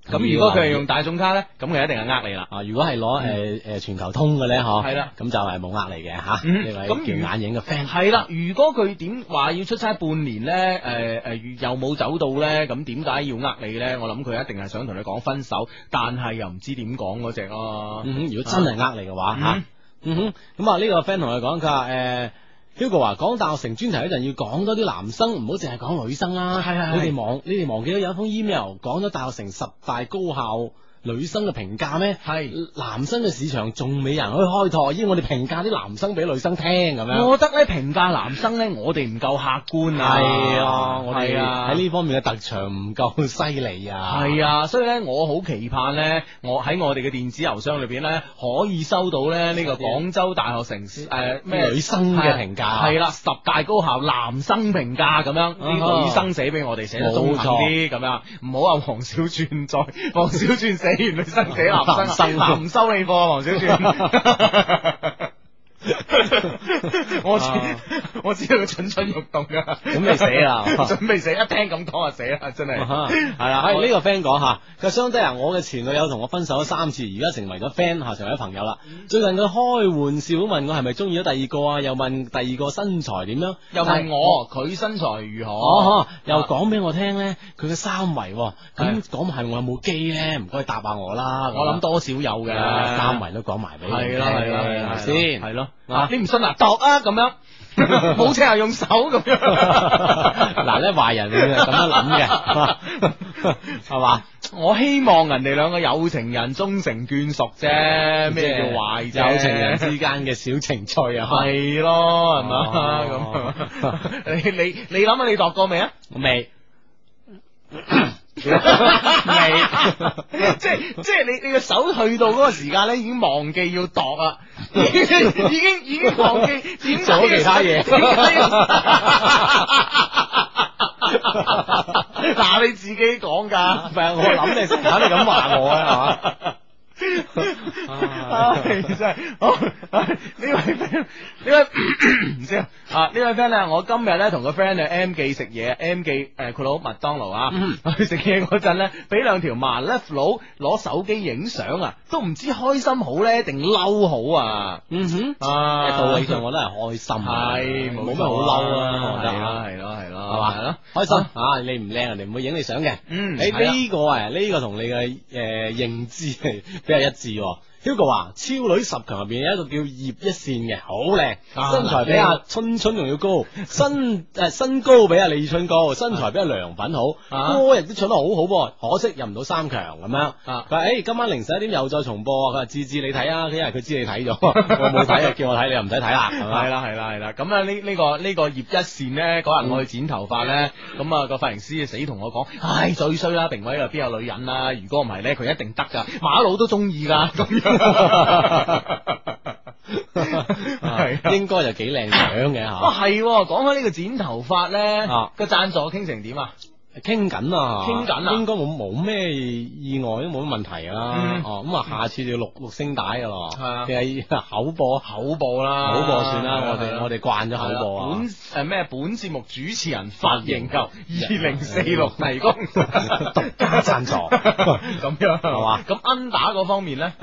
[SPEAKER 3] 咁如果佢係用大眾卡咧，咁佢一定係呃你啦。
[SPEAKER 2] 啊，如果係攞誒誒全球通嘅咧，嗬，
[SPEAKER 3] 嗯係啦
[SPEAKER 2] 咁就係冇呃你嘅吓，
[SPEAKER 3] 嗯
[SPEAKER 2] 呢位
[SPEAKER 3] 咁如
[SPEAKER 2] 叫眼影嘅 friend。
[SPEAKER 3] 係啦，如果佢點話要出差半年咧，誒、誒、又冇走到咧，咁點解要呃你咧？我諗佢一定係想同你講分手，但係又唔知點講嗰只咯。
[SPEAKER 2] 嗯哼，如果真係呃你嘅話
[SPEAKER 3] 哦嗯
[SPEAKER 2] 吓，嗯哼，咁啊呢個 friend 同我講，佢話誒。Hugo 話講大學城專題嗰陣要講多啲男生，唔好淨係講女生啦。
[SPEAKER 3] 係係係
[SPEAKER 2] 你哋忘你哋忘記咗有一封 email 講咗大學城十大高校女生嘅評價咩？
[SPEAKER 3] 係
[SPEAKER 2] 男生嘅市場仲未有人去開拓，要我哋評價啲男生俾女生聽咁樣。
[SPEAKER 3] 我覺得咧評價男生咧，我哋唔夠客觀啊。
[SPEAKER 2] 係啊，我哋
[SPEAKER 3] 係啊
[SPEAKER 2] 喺呢方面嘅特長唔夠犀利啊。
[SPEAKER 3] 系啊，所以咧，我好期盼咧，我喺我哋嘅電子郵箱裏边咧，可以收到咧呢個廣州大學城诶咩
[SPEAKER 2] 嗯女生嘅評價
[SPEAKER 3] 系啦，十大高校男生評價咁樣，
[SPEAKER 2] 啊
[SPEAKER 3] 啲女生寫俾我哋寫得中肯啲咁樣，唔好話黃小 轉再黃小轉寫完女生寫男
[SPEAKER 2] 男
[SPEAKER 3] 生，
[SPEAKER 2] 生
[SPEAKER 3] 男唔收你課啊，黃小 轉。我知
[SPEAKER 2] 啊
[SPEAKER 3] 我知道佢蠢蠢欲動噶，
[SPEAKER 2] 準備寫啦啊
[SPEAKER 3] 準備寫，一聽咁講就寫啦，真係
[SPEAKER 2] 系啦，喺呢個 friend 講吓，佢話相低啊，我嘅前女友同我分手咗三次，而家成為咗 friend 吓，成為咗朋友啦。
[SPEAKER 3] 嗯
[SPEAKER 2] 最近佢開玩笑咁問我係咪中意咗第二個啊，又問第二個身材點樣，但
[SPEAKER 3] 又問
[SPEAKER 2] 係
[SPEAKER 3] 我佢身材如何？
[SPEAKER 2] 哦，
[SPEAKER 3] 啊
[SPEAKER 2] 又講俾我聽咧，佢嘅三圍喎，咁
[SPEAKER 3] 係
[SPEAKER 2] 講埋我有冇機咧？唔該答下我啦。
[SPEAKER 3] 啊我諗多少有嘅，
[SPEAKER 2] 嘅三圍都講埋俾你
[SPEAKER 3] 係啦係啦係
[SPEAKER 2] 係
[SPEAKER 3] 啦
[SPEAKER 2] 咪先？
[SPEAKER 3] 係咯
[SPEAKER 2] 啊，
[SPEAKER 3] 你唔信啊？度啊咁樣， 冇車又用手 咁樣。
[SPEAKER 2] 嗱咧，壞人會係咁樣諗嘅，係嘛？
[SPEAKER 3] 我希望人哋兩個有情人終成眷屬啫， 咩叫壞啫？
[SPEAKER 2] 有情人之間嘅小情趣啊！
[SPEAKER 3] 係咯，係嘛
[SPEAKER 2] 哦
[SPEAKER 3] 咁？ 你你你諗下你度過未啊？
[SPEAKER 2] 未。
[SPEAKER 3] 即系即系你你个手去到嗰個時間咧，已經忘記要度 啦，已經已經已經忘記點解
[SPEAKER 2] 做咗其他嘢
[SPEAKER 3] 點解要 嗱你自己講㗎，
[SPEAKER 2] 唔係我諗你先肯定咁話我啊， 係嘛？
[SPEAKER 3] 唉，真係好唉呢位 friend，呢位唔知啊，啊呢位 friend 咧，我今日咧同個 friend 去 M 記食嘢，M 記誒佢佬麥當勞啊， 去食嘢嗰陣咧，俾兩條麻甩佬攞手機影相啊，都唔知開心好咧定嬲好啊！
[SPEAKER 2] 嗯哼，
[SPEAKER 3] 啊
[SPEAKER 2] 道理上我都係開心啊，
[SPEAKER 3] 係
[SPEAKER 2] 冇咩好嬲啊，我覺得
[SPEAKER 3] 係啦
[SPEAKER 2] 啊
[SPEAKER 3] 係咯係咯，
[SPEAKER 2] 係
[SPEAKER 3] 係咯
[SPEAKER 2] 嘛，，開心啊！你唔靚，人哋唔會影你相嘅。
[SPEAKER 3] 嗯，
[SPEAKER 2] 诶，
[SPEAKER 3] 係啦
[SPEAKER 2] 呢個啊，呢個同你嘅诶认知係 比較一致喎。Hugo 話：超女十強入边有一個叫葉一線嘅，好靚，
[SPEAKER 3] 啊
[SPEAKER 2] 身材比阿春春仲要高，身 诶身高比阿李春高，身材比阿梁品
[SPEAKER 3] 啊
[SPEAKER 2] 好，歌亦都唱得好好噃，可惜入唔到三強咁樣。
[SPEAKER 3] 啊
[SPEAKER 2] 佢話：诶，今晚凌晨一點又再重播啊，佢話：志志你 睇啊，因為佢知你睇咗，我冇睇啊，叫我睇你又唔使睇啦，係咪
[SPEAKER 3] 系啦系啦系啦，咁啊呢呢個呢個葉一線咧，嗰日我去剪頭髮咧，咁啊個髮型師死同我講，唉最衰啦，評委入邊有女人啦，如果唔係咧，佢一定得噶，馬佬都中意
[SPEAKER 2] 啊
[SPEAKER 3] 噶，咁樣係啊
[SPEAKER 2] 啊應該就幾靚樣嘅
[SPEAKER 3] 哇
[SPEAKER 2] 吓，
[SPEAKER 3] 哦係喎，講開呢個剪頭髮咧
[SPEAKER 2] 啊，
[SPEAKER 3] 個贊助傾成點啊？
[SPEAKER 2] 傾緊啊，
[SPEAKER 3] 傾緊啊
[SPEAKER 2] 應該冇冇咩意外都冇乜問題㗎啦
[SPEAKER 3] 嗯。
[SPEAKER 2] 哦，咁啊，下次就要錄錄聲帶㗎咯。
[SPEAKER 3] 係啊
[SPEAKER 2] 定係 口播口播
[SPEAKER 3] 啦
[SPEAKER 2] 口播算啦。我
[SPEAKER 3] 係
[SPEAKER 2] 哋
[SPEAKER 3] 啊
[SPEAKER 2] 我哋慣咗口播啊
[SPEAKER 3] 本。誒咩？本節目主持人髮 型球二零四六提供啊
[SPEAKER 2] 獨家贊 助
[SPEAKER 3] 咁樣
[SPEAKER 2] 係嘛
[SPEAKER 3] 咁 under 嗰方面 咧？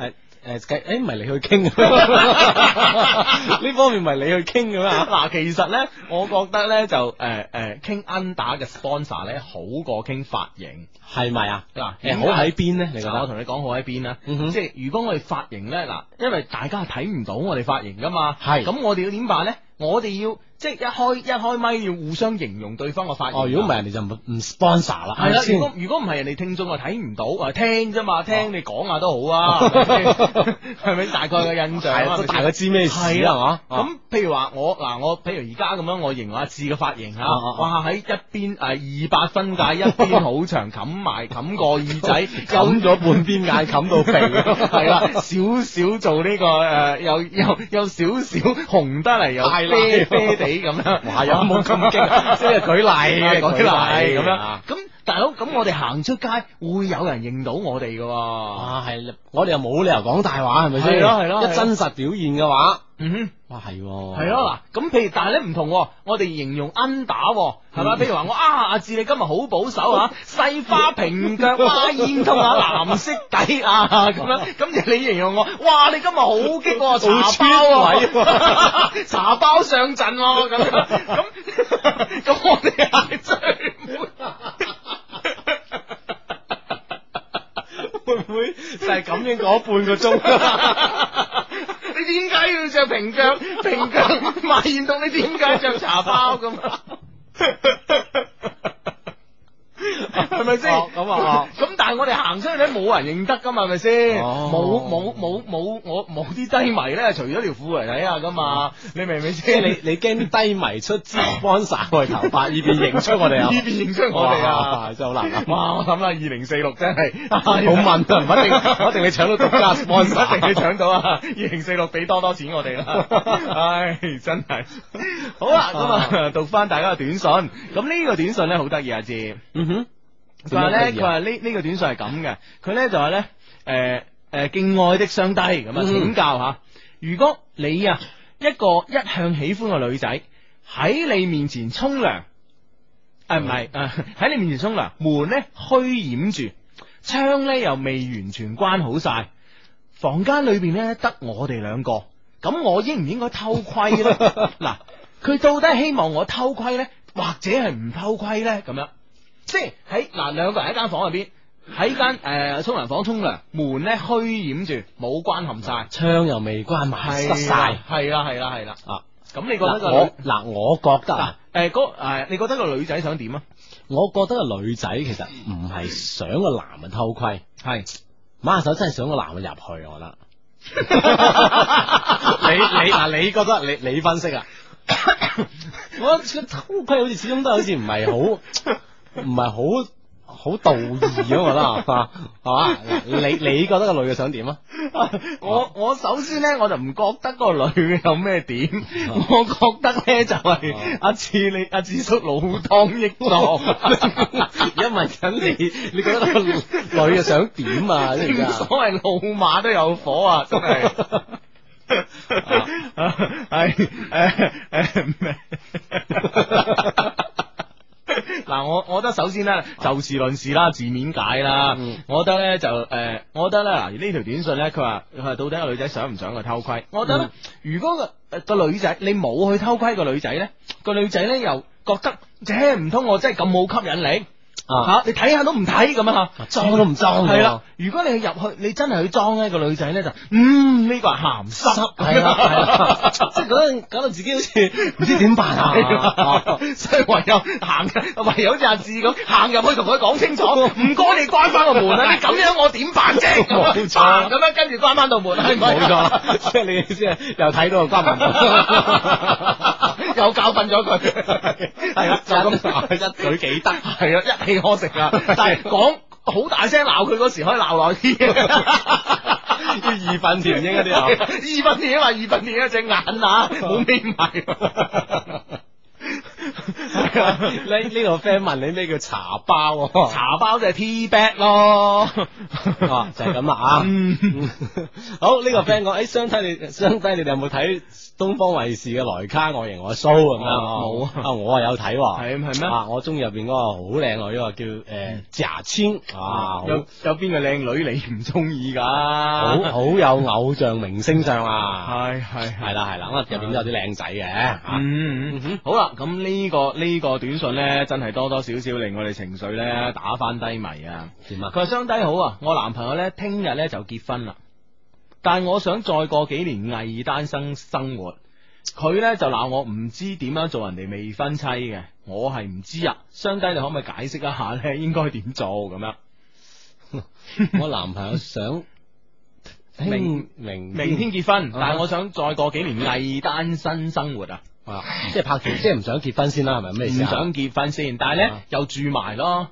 [SPEAKER 2] 誒誒，計誒唔係你去 傾，呢方面唔係你去傾嘅咩啊？
[SPEAKER 3] 嗱，其實咧，我覺得咧就诶诶，倾 under 嘅 sponsor 咧好過傾髮型。
[SPEAKER 2] 係咪啊？
[SPEAKER 3] 嗱，
[SPEAKER 2] 誒，好喺邊咧？你覺
[SPEAKER 3] 嗱，
[SPEAKER 2] 得？
[SPEAKER 3] 我同你講好喺邊啦，
[SPEAKER 2] 嗯哼
[SPEAKER 3] 即係如果我哋髮型咧，嗱，因為大家睇唔到我哋髮型噶嘛，
[SPEAKER 2] 係
[SPEAKER 3] 咁我哋要點辦咧？我哋要即係一開一開咪要互相形容對方嘅髮型。
[SPEAKER 2] 哦，如果唔係人哋就唔唔 sponsor 啦。
[SPEAKER 3] 係啦，
[SPEAKER 2] 先哦
[SPEAKER 3] 如果如果唔係人哋聽眾啊睇唔到啊，聽啫嘛，聽你講下都好 啊，係咪大概嘅印象
[SPEAKER 2] 係
[SPEAKER 3] 啊
[SPEAKER 2] 啊都
[SPEAKER 3] 係咪先
[SPEAKER 2] 大概知咩事
[SPEAKER 3] 係
[SPEAKER 2] 啦，係啊嘛
[SPEAKER 3] 啦？，咁譬如話我嗱，我譬如而家咁樣，我形容阿志嘅髮型吓，
[SPEAKER 2] 啊啊啊
[SPEAKER 3] 哇喺一邊誒二百分界， 一邊好長冚埋冚個耳仔，
[SPEAKER 2] 冚咗半邊眼，冚到鼻，
[SPEAKER 3] 係啦，少少做呢個誒，又又又少少紅得嚟，又
[SPEAKER 2] 係啦
[SPEAKER 3] 啡啡地咁樣，
[SPEAKER 2] 哇！有冇咁激啊？即係舉例，
[SPEAKER 3] 係啊，講起嚟咁樣
[SPEAKER 2] 啊。
[SPEAKER 3] 咁。大佬咁我哋行出街會有人認到我哋噶，
[SPEAKER 2] 哇，系我哋又冇理由講大話，係咪先？
[SPEAKER 3] 係咯係咯係咯
[SPEAKER 2] 一真實表現嘅話，
[SPEAKER 3] 嗯哼。
[SPEAKER 2] 哇係，
[SPEAKER 3] 系
[SPEAKER 2] 係啊
[SPEAKER 3] 咯，嗱，咁譬如但系咧唔同喎，我哋形容 under 喎係咪？
[SPEAKER 2] 嗯
[SPEAKER 3] 譬如話我啊，阿志你今日好保 守啊，細花平腳，哇，煙通啊，藍色底啊，咁樣，咁就你形容我，哇，你今日好激喎，茶包
[SPEAKER 2] 好
[SPEAKER 3] 啊
[SPEAKER 2] 穿位，
[SPEAKER 3] 茶包上陣喎，咁樣，咁咁我哋係最唔會
[SPEAKER 2] 會唔會就係咁樣講半個鐘？
[SPEAKER 3] 你點解要着 平腳？平腳賣現到你點解着茶包咁啊？係咪先？
[SPEAKER 2] 哦咁啊哦
[SPEAKER 3] 咁但係我哋行出去咧，冇人認得噶嘛，係咪先？
[SPEAKER 2] 哦
[SPEAKER 3] 冇冇冇冇我冇啲低迷咧，除咗條褲嚟睇下噶嘛，你明唔明
[SPEAKER 2] 即
[SPEAKER 3] 先？
[SPEAKER 2] 係你你驚低迷出資 sponsor 我哋頭髮，以便認出我哋啊？哦
[SPEAKER 3] 呢邊 認出我哋啊！
[SPEAKER 2] 哇，真係好難諗。
[SPEAKER 3] 哇！我諗啦，二零四六真 係
[SPEAKER 2] 好問 啊，唔一定，唔一定你搶到獨家 sponsor，
[SPEAKER 3] 一定你搶到啊！二零四六俾多多錢我哋啦， 唉，真係好啦，咁啊，讀翻大家嘅短信，咁呢個短信咧好得意啊，志，
[SPEAKER 2] 嗯哼，
[SPEAKER 3] 佢話
[SPEAKER 2] 點樣
[SPEAKER 3] 咧，佢
[SPEAKER 2] 得意啊
[SPEAKER 3] 話呢呢個短信係咁嘅，佢咧就話咧，誒誒，敬愛的上帝咁啊，
[SPEAKER 2] 嗯
[SPEAKER 3] 請教下，如果你啊一個一向喜歡嘅女仔喺你面前沖涼，啊誒唔係
[SPEAKER 2] 嗯
[SPEAKER 3] 誒喺你面前沖涼，門咧虛掩住，窗咧又未完全關好晒，房間裏邊咧得我哋兩個，咁我應唔應該偷窺 咧？嗱，佢到底希望我偷窺咧，或者係唔偷窺咧？咁樣，即係喺嗱兩個人喺間房入邊。喺 間誒沖涼房沖涼，門咧虛掩住，冇關冚晒，
[SPEAKER 2] 窗又未關埋，
[SPEAKER 3] 係
[SPEAKER 2] 塞
[SPEAKER 3] 啊
[SPEAKER 2] 晒。，
[SPEAKER 3] 係啦係啦係啦
[SPEAKER 2] 啊！
[SPEAKER 3] 咁你覺得個
[SPEAKER 2] 嗱啊我
[SPEAKER 3] 女
[SPEAKER 2] 嗱，我覺得
[SPEAKER 3] 嗱
[SPEAKER 2] 啊，
[SPEAKER 3] 誒嗰誒，你覺得個女仔想點啊？
[SPEAKER 2] 我覺得個女仔其實唔係想個男嘅偷窺，
[SPEAKER 3] 係
[SPEAKER 2] 馬手真係想個男嘅入去，我覺 得。
[SPEAKER 3] 你
[SPEAKER 2] 你嗱，你覺得你你分析 啊？我覺得偷窺好似始終都好似唔係好，唔係好好道義咯，我覺得係嘛？係嘛？你你覺得個女嘅想點啊？
[SPEAKER 3] 我我首先咧，我就唔覺得個女有咩點，我覺得咧就係
[SPEAKER 2] 啊
[SPEAKER 3] 阿志你阿志叔老當益 壯，
[SPEAKER 2] 而家問緊你，你覺得個女嘅想點啊？你而
[SPEAKER 3] 正
[SPEAKER 2] 家
[SPEAKER 3] 所謂老馬都有火啊，真係。系诶诶，唔係嗱，我我覺得首先咧就事論事啦，字面解啦。
[SPEAKER 2] 嗯
[SPEAKER 3] 我覺得咧就诶、呃我覺得咧嗱呢條短信咧，佢話佢話到底個女仔想唔想去偷窺？我覺得咧，如果個呃個女仔你冇去偷窺個女仔咧，個女仔咧又覺得，啫唔通我真係咁冇吸引力吓、
[SPEAKER 2] 啊，
[SPEAKER 3] 你睇下都唔睇咁啊吓，
[SPEAKER 2] 裝都唔裝㗎
[SPEAKER 3] 系啦，如果你去入去，你真係去裝咧，個女仔咧就嗯呢個係鹹濕，
[SPEAKER 2] 係 啦係啦，即係嗰陣搞到自己好似唔知點辦 啊！啊
[SPEAKER 3] 所以唯有行入，唯有好似阿志咁行入去同佢講 清楚，唔該你關翻個門啊！你咁樣我點辦啫？
[SPEAKER 2] 冇錯
[SPEAKER 3] 嘭咁樣跟住關翻道門，係咪？
[SPEAKER 2] 冇錯啦， 即係你嘅意思係又睇到個關門，
[SPEAKER 3] 又教訓咗佢，係
[SPEAKER 2] 啊
[SPEAKER 3] 啦，就咁
[SPEAKER 2] 一舉幾得。
[SPEAKER 3] 係啊，一氣呵成啊！但係講好大聲鬧佢嗰時，可以鬧耐 啲。
[SPEAKER 2] 要義憤填膺嗰啲 啊，
[SPEAKER 3] 義憤填膺話義憤填膺隻眼啊，冇眯埋。
[SPEAKER 2] 呢呢個 friend 問你咩叫茶包喎？
[SPEAKER 3] 茶包就係 T back 咯，
[SPEAKER 2] 啊，就係咁啦啊！嗯 好，呢個 friend 講，誒，哎相睇你，相睇你哋有冇睇東方衛視嘅萊卡我型我 show 咁樣？
[SPEAKER 3] 冇啊
[SPEAKER 2] 啊，我啊有睇喎，
[SPEAKER 3] 係係咩？
[SPEAKER 2] 啊，我中意入邊嗰個好靚女啊，叫誒賈千，啊，好
[SPEAKER 3] 有有邊個靚女你唔中意㗎？
[SPEAKER 2] 好好有偶像明星相啊！
[SPEAKER 3] 係係
[SPEAKER 2] 係。啦係啦，咁啊入邊都有啲靚仔嘅啊嚇，
[SPEAKER 3] 嗯，嗯嗯好啦，咁呢、個呢、個短信呢，真係多多少少令我哋情緒呢打翻低迷啊！
[SPEAKER 2] 點
[SPEAKER 3] 佢
[SPEAKER 2] 啊？
[SPEAKER 3] 話相低好啊，我男朋友呢，聽日呢就結婚啦，但我想再過幾年偽單身生活，佢呢就鬧我唔知點樣做人哋未婚妻嘅，我係唔知啊，相低你可唔可以解釋一下呢？ 應該點做咁樣？
[SPEAKER 2] 我男朋友想
[SPEAKER 3] 明
[SPEAKER 2] 明
[SPEAKER 3] 明天結婚，
[SPEAKER 2] 啊
[SPEAKER 3] 但係我想再過幾年偽單身生活啊，
[SPEAKER 2] 啊，即係拍拖，即係唔想結婚先啦，係咪咩
[SPEAKER 3] 唔
[SPEAKER 2] 意思啊？
[SPEAKER 3] 想結婚先，但係呢
[SPEAKER 2] 啊，
[SPEAKER 3] 又住埋咯，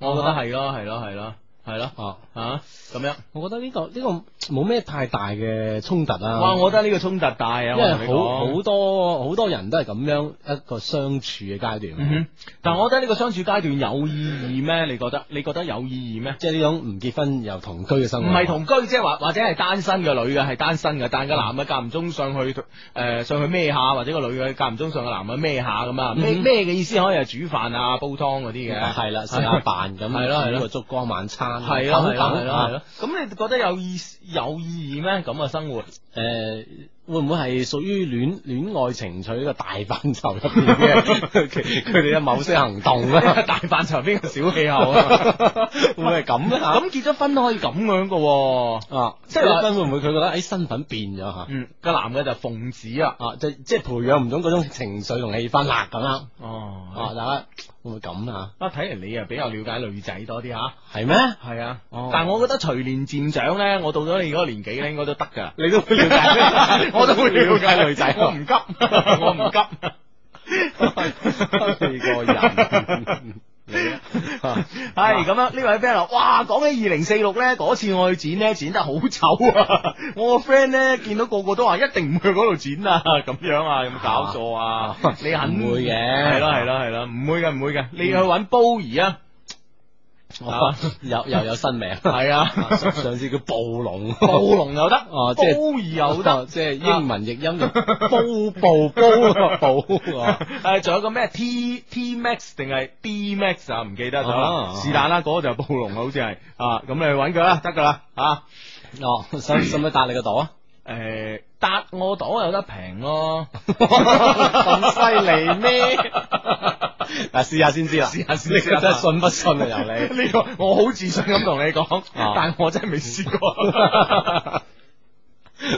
[SPEAKER 3] 我覺得係咯係咯係咯，系咯，
[SPEAKER 2] 哦，
[SPEAKER 3] 啊咁样。
[SPEAKER 2] 我覺得呢、個呢、個冇咩太大嘅衝突啊。
[SPEAKER 3] 哇！我覺得呢個衝突大啊，
[SPEAKER 2] 因
[SPEAKER 3] 我
[SPEAKER 2] 為
[SPEAKER 3] 同你
[SPEAKER 2] 好
[SPEAKER 3] 講
[SPEAKER 2] 好多好多人都係咁樣一個相處嘅階段，
[SPEAKER 3] 嗯哼，但我覺得呢個相處階段有意義咩？你覺得？你覺得有意義咩？
[SPEAKER 2] 即係呢種唔結婚又同居嘅生
[SPEAKER 3] 唔
[SPEAKER 2] 活。
[SPEAKER 3] 係同居，即係或或者係單身嘅女嘅，係單身嘅，但個男嘅間唔中上去誒、呃上去孭下，或者個女嘅間唔中上個男嘅孭下咁啊，孭
[SPEAKER 2] 嗯哼
[SPEAKER 3] 孭嘅意思可以係煮飯啊、煲湯嗰啲嘅，
[SPEAKER 2] 係啦，食下飯咁，
[SPEAKER 3] 係咯係咯
[SPEAKER 2] 煮個燭光晚餐，
[SPEAKER 3] 係咯
[SPEAKER 2] 等
[SPEAKER 3] 係咯
[SPEAKER 2] 等
[SPEAKER 3] 係咯係咯。咁你覺得有意有意義咩？咁嘅生活？
[SPEAKER 2] 诶、會唔會係屬於戀戀愛情趣呢個大範疇入边嘅 佢佢哋嘅某些行動啦？
[SPEAKER 3] 大範疇邊個小氣候啊？
[SPEAKER 2] 會唔會係咁咧吓？
[SPEAKER 3] 咁結咗婚都可以咁樣嘅喎、
[SPEAKER 2] 啊，
[SPEAKER 3] 即
[SPEAKER 2] 即
[SPEAKER 3] 係
[SPEAKER 2] 係
[SPEAKER 3] 話
[SPEAKER 2] 結婚會唔會佢覺得诶身份變咗吓？
[SPEAKER 3] 嗯，個男嘅就奉旨啊。
[SPEAKER 2] 啊，即即係培養唔到嗰種情緒同氣氛啦，咁樣啊，
[SPEAKER 3] 哦，
[SPEAKER 2] 大家會唔會咁啊？
[SPEAKER 3] 啊，睇嚟你啊比較了解女仔多啲吓。
[SPEAKER 2] 係咩？
[SPEAKER 3] 系啊，
[SPEAKER 2] 哦
[SPEAKER 3] 但我覺得隨年漸長咧，我到咗你嗰個年紀咧，應該都得 噶。
[SPEAKER 2] 你都會了 解
[SPEAKER 3] 我都會了解女仔， 我
[SPEAKER 2] 我
[SPEAKER 3] 唔
[SPEAKER 2] 唔
[SPEAKER 3] 急，我唔急。
[SPEAKER 2] 你個人，你 啊
[SPEAKER 3] 係咁樣，呢位 friend 話：，哇，講起二零四六咧，嗰次我去剪咧，剪得好醜啊！ 我個 friend 咧見到個個都話一定唔去嗰度剪啊， 咁樣啊，有冇搞錯啊？你肯
[SPEAKER 2] 唔會嘅嗯
[SPEAKER 3] 係咯係咯係咯，唔會嘅唔會嘅，你去揾煲兒啊，
[SPEAKER 2] 哦又又有新名，
[SPEAKER 3] 係啊，
[SPEAKER 2] 啊上上次叫暴龍，
[SPEAKER 3] 暴 龍又 得，
[SPEAKER 2] 哦，
[SPEAKER 3] 煲
[SPEAKER 2] 即係
[SPEAKER 3] 兒又得。
[SPEAKER 2] 得，即係英文譯 音就煲暴煲暴 啊！
[SPEAKER 3] 诶，仲有個咩 T T Max 定係 D Max 啊？唔記得咗啦，
[SPEAKER 2] 啊
[SPEAKER 3] 是但啦，嗰個就係暴龍啊，好似係啊，咁你去揾佢啦，得噶啦啊。
[SPEAKER 2] 哦， 使使唔使搭你個度啊？
[SPEAKER 3] 诶，搭我朵有得平咯，
[SPEAKER 2] 咁犀利咩？ 嗱，試下先知啦，
[SPEAKER 3] 試下先
[SPEAKER 2] 你
[SPEAKER 3] 知啦
[SPEAKER 2] 真係信不信啊？由你。
[SPEAKER 3] 呢個我好自信咁同你講，
[SPEAKER 2] 啊
[SPEAKER 3] 但我真係未試 過。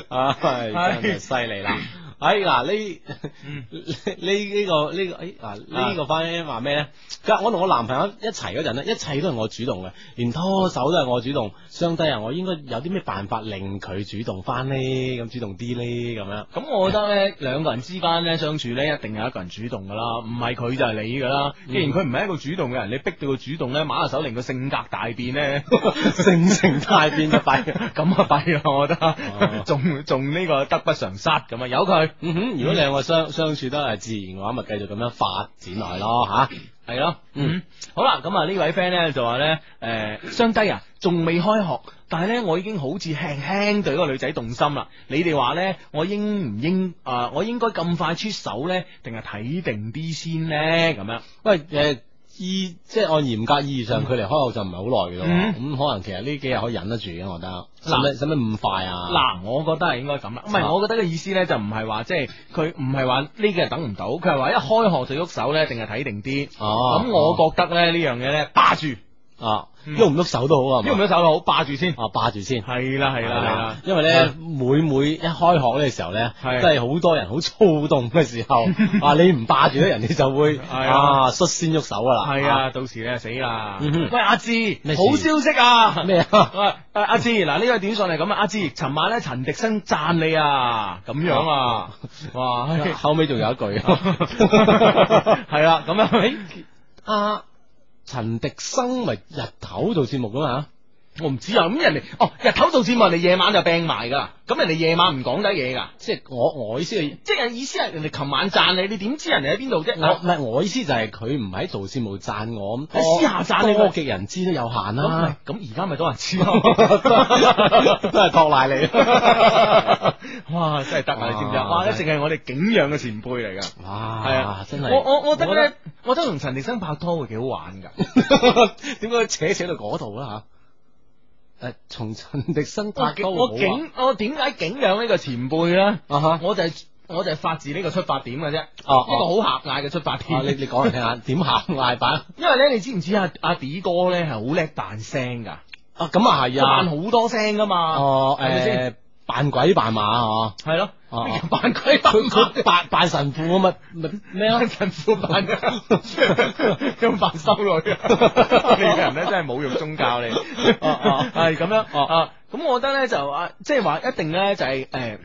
[SPEAKER 2] 啊，真係犀利啦！哎嗱呢
[SPEAKER 3] 嗯啊
[SPEAKER 2] 呢呢個呢個哎嗱呢個 friend 話咩咧？佢話我同我男朋友一齊嗰陣咧，一切都係我主動嘅，連拖手都係我主動。相低啊，我應該有啲咩辦法令佢主動翻呢？咁主動啲呢？咁樣
[SPEAKER 3] 咁我覺得咧，兩個人之間咧相處咧，一定有一個人主動噶啦，唔係佢就係你噶啦。
[SPEAKER 2] 嗯
[SPEAKER 3] 既然佢唔係一個主動嘅人，你逼到佢主動咧，馬下手令佢性格大 變咧，
[SPEAKER 2] 性情太變就弊。
[SPEAKER 3] 咁啊弊啦！我覺得
[SPEAKER 2] 哦
[SPEAKER 3] 仲仲呢個得不償失咁啊，由佢
[SPEAKER 2] 嗯哼，如果兩個相相處得係自然嘅話，咪繼續咁樣發展落去咯吓。
[SPEAKER 3] 係咯。
[SPEAKER 2] 嗯
[SPEAKER 3] 嗯，好啦，咁啊呢位 friend 咧就話咧，诶、相低啊，仲未開學，但係咧我已經好似輕輕對嗰個女仔動心啦。你哋話咧，我應唔應啊、我應該咁快出手咧，定係睇定啲先咧？咁樣。
[SPEAKER 2] 喂，诶、意呃即係按嚴格意義上，佢離開學就唔係好耐嘅咯。
[SPEAKER 3] 嗯
[SPEAKER 2] 咁、可能其實呢幾日可以忍得住嘅，我覺得。使
[SPEAKER 3] 嗱
[SPEAKER 2] 唔使使唔使咁快啊？
[SPEAKER 3] 嗱，我覺得係應該咁啦，唔係，
[SPEAKER 2] 啊
[SPEAKER 3] 我覺得嘅意思咧就唔係話即係佢唔係話呢幾日等唔到，佢係話一開學就喐手咧，定係睇定啲。
[SPEAKER 2] 哦，
[SPEAKER 3] 咁我覺得咧呢樣嘢咧霸住，喐
[SPEAKER 2] 覺啊，
[SPEAKER 3] 嗯
[SPEAKER 2] 喐唔喐手都好啊，係
[SPEAKER 3] 唔
[SPEAKER 2] 嘛
[SPEAKER 3] 喐手好霸住先。
[SPEAKER 2] 啊，霸住先。啊
[SPEAKER 3] 係啦係啦係啦，
[SPEAKER 2] 因為咧，每每一開學呢個時候咧，
[SPEAKER 3] 係
[SPEAKER 2] 真係好多人好躁動嘅時 候，啊，你唔霸住咧，人哋就會
[SPEAKER 3] 係啊
[SPEAKER 2] 啊率先喐手噶啦。
[SPEAKER 3] 係，啊，到時咧死啦！
[SPEAKER 2] 嗯哼
[SPEAKER 3] 喂，阿志，
[SPEAKER 2] 咩事
[SPEAKER 3] 好消息啊！
[SPEAKER 2] 咩啊？
[SPEAKER 3] 喂，誒阿志，嗱呢個短信係咁啊，阿志，尋晚咧陳迪生讚你啊，咁樣啊，哇，係
[SPEAKER 2] 哦 後尾仲有一 句
[SPEAKER 3] 係啦，咁樣，誒
[SPEAKER 2] 啊，陳迪生咪日頭做節目噶嘛？
[SPEAKER 3] 我唔知啊，咁人哋哦日頭做節目，人哋夜晚就病埋噶，咁人哋夜晚唔講得嘢噶，
[SPEAKER 2] 即係我我意思係。
[SPEAKER 3] 即係意思係人哋琴晚讚你，你點知人哋喺邊度啫？
[SPEAKER 2] 我唔係我意思就係佢唔喺做節目讚我，咁
[SPEAKER 3] 喺私下讚你
[SPEAKER 2] 多極人知都有限
[SPEAKER 3] 咁咪
[SPEAKER 2] 啦，
[SPEAKER 3] 咁而家咪多人知
[SPEAKER 2] 都係托賴
[SPEAKER 3] 咯，哇真係得啊！你知唔知啊？
[SPEAKER 2] 哇
[SPEAKER 3] 哇，一直係我哋景仰嘅前輩嚟噶。
[SPEAKER 2] 你。哇，
[SPEAKER 3] 係啊
[SPEAKER 2] 真
[SPEAKER 3] 我
[SPEAKER 2] 係
[SPEAKER 3] 我我覺得
[SPEAKER 2] 我覺
[SPEAKER 3] 咧，我覺得同陳迪生拍拖會幾好玩噶。
[SPEAKER 2] 點解扯扯到嗰度啊啦吓？誒，從陳迪生
[SPEAKER 3] 我
[SPEAKER 2] 拍
[SPEAKER 3] 景
[SPEAKER 2] 拖
[SPEAKER 3] 我
[SPEAKER 2] 好啊
[SPEAKER 3] 景我點解景仰呢個前輩咧？
[SPEAKER 2] 啊啊哈，
[SPEAKER 3] 我就係我就係發自呢個出發點嘅啫，一
[SPEAKER 2] 哦
[SPEAKER 3] 個
[SPEAKER 2] 哦，
[SPEAKER 3] 好狹隘嘅出發
[SPEAKER 2] 啊你
[SPEAKER 3] 點。
[SPEAKER 2] 你講嚟聽 下，點行啊賴板
[SPEAKER 3] 因為咧，你知唔知啊？阿 D 哥咧係好叻扮聲噶，
[SPEAKER 2] 啊？咁啊係
[SPEAKER 3] 佢扮
[SPEAKER 2] 啊，
[SPEAKER 3] 好多聲噶嘛，
[SPEAKER 2] 哦
[SPEAKER 3] 係咪先
[SPEAKER 2] 誒，扮鬼扮馬啊！
[SPEAKER 3] 係咯，
[SPEAKER 2] 哦哦
[SPEAKER 3] 扮鬼扮
[SPEAKER 2] 佢
[SPEAKER 3] 馬
[SPEAKER 2] 佢扮扮神父啊嘛，咪咩啊？
[SPEAKER 3] 扮神父扮噶，有冇扮修 女 啊？你個人咧真係侮辱宗教你。
[SPEAKER 2] 哦哦
[SPEAKER 3] 係咁樣。
[SPEAKER 2] 哦
[SPEAKER 3] 啊，咁我覺得咧就啊，即係話一定咧就係誒。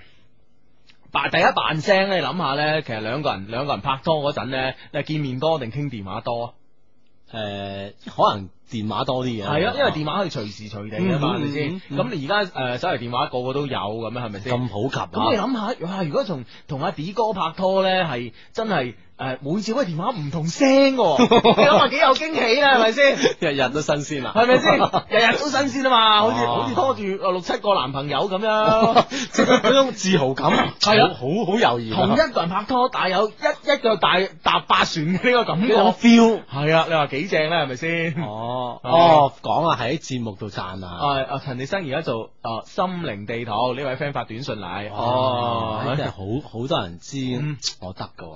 [SPEAKER 3] 扮第一扮聲咧，你諗下咧，其實兩個人兩個人拍拖嗰陣咧，你係見面多定傾電話多？
[SPEAKER 2] 誒，可能電話多啲嘅。
[SPEAKER 3] 係啊，因為電話可以隨時隨地啊嘛，係
[SPEAKER 2] 嗯
[SPEAKER 3] 咪先
[SPEAKER 2] 嗯？嗯
[SPEAKER 3] 咁你而家誒手提電話個個都有咁樣，係咪先？
[SPEAKER 2] 咁普及
[SPEAKER 3] 咁你
[SPEAKER 2] 啊，
[SPEAKER 3] 諗下，哇！如果同同阿 D 哥拍拖咧，係真係誒、呃每次嗰個電話唔同聲嘅 喎，你諗下幾有驚喜啦，係咪先？
[SPEAKER 2] 日日都新鮮啦，
[SPEAKER 3] 係咪 先？日日都新鮮啊嘛，好似
[SPEAKER 2] 哦
[SPEAKER 3] 好似拖住呃六七個男朋友咁樣，
[SPEAKER 2] 即係嗰種自豪感，
[SPEAKER 3] 係啊
[SPEAKER 2] 好好好悠然
[SPEAKER 3] 同
[SPEAKER 2] 啊，
[SPEAKER 3] 一個人拍拖，但有一一腳大踏八船嘅呢個感
[SPEAKER 2] 一種
[SPEAKER 3] 覺。
[SPEAKER 2] feel。
[SPEAKER 3] 係啊，你話幾正咧？係咪先？
[SPEAKER 2] 哦
[SPEAKER 3] 係
[SPEAKER 2] 哦，講啊，喺節目度讚啊，
[SPEAKER 3] 啊啊！陳地生而家做啊心靈地圖呢位 friend 發短信嚟，
[SPEAKER 2] 唉真係
[SPEAKER 3] 哦，
[SPEAKER 2] 好好多人知
[SPEAKER 3] 嗯
[SPEAKER 2] 我得噶喎，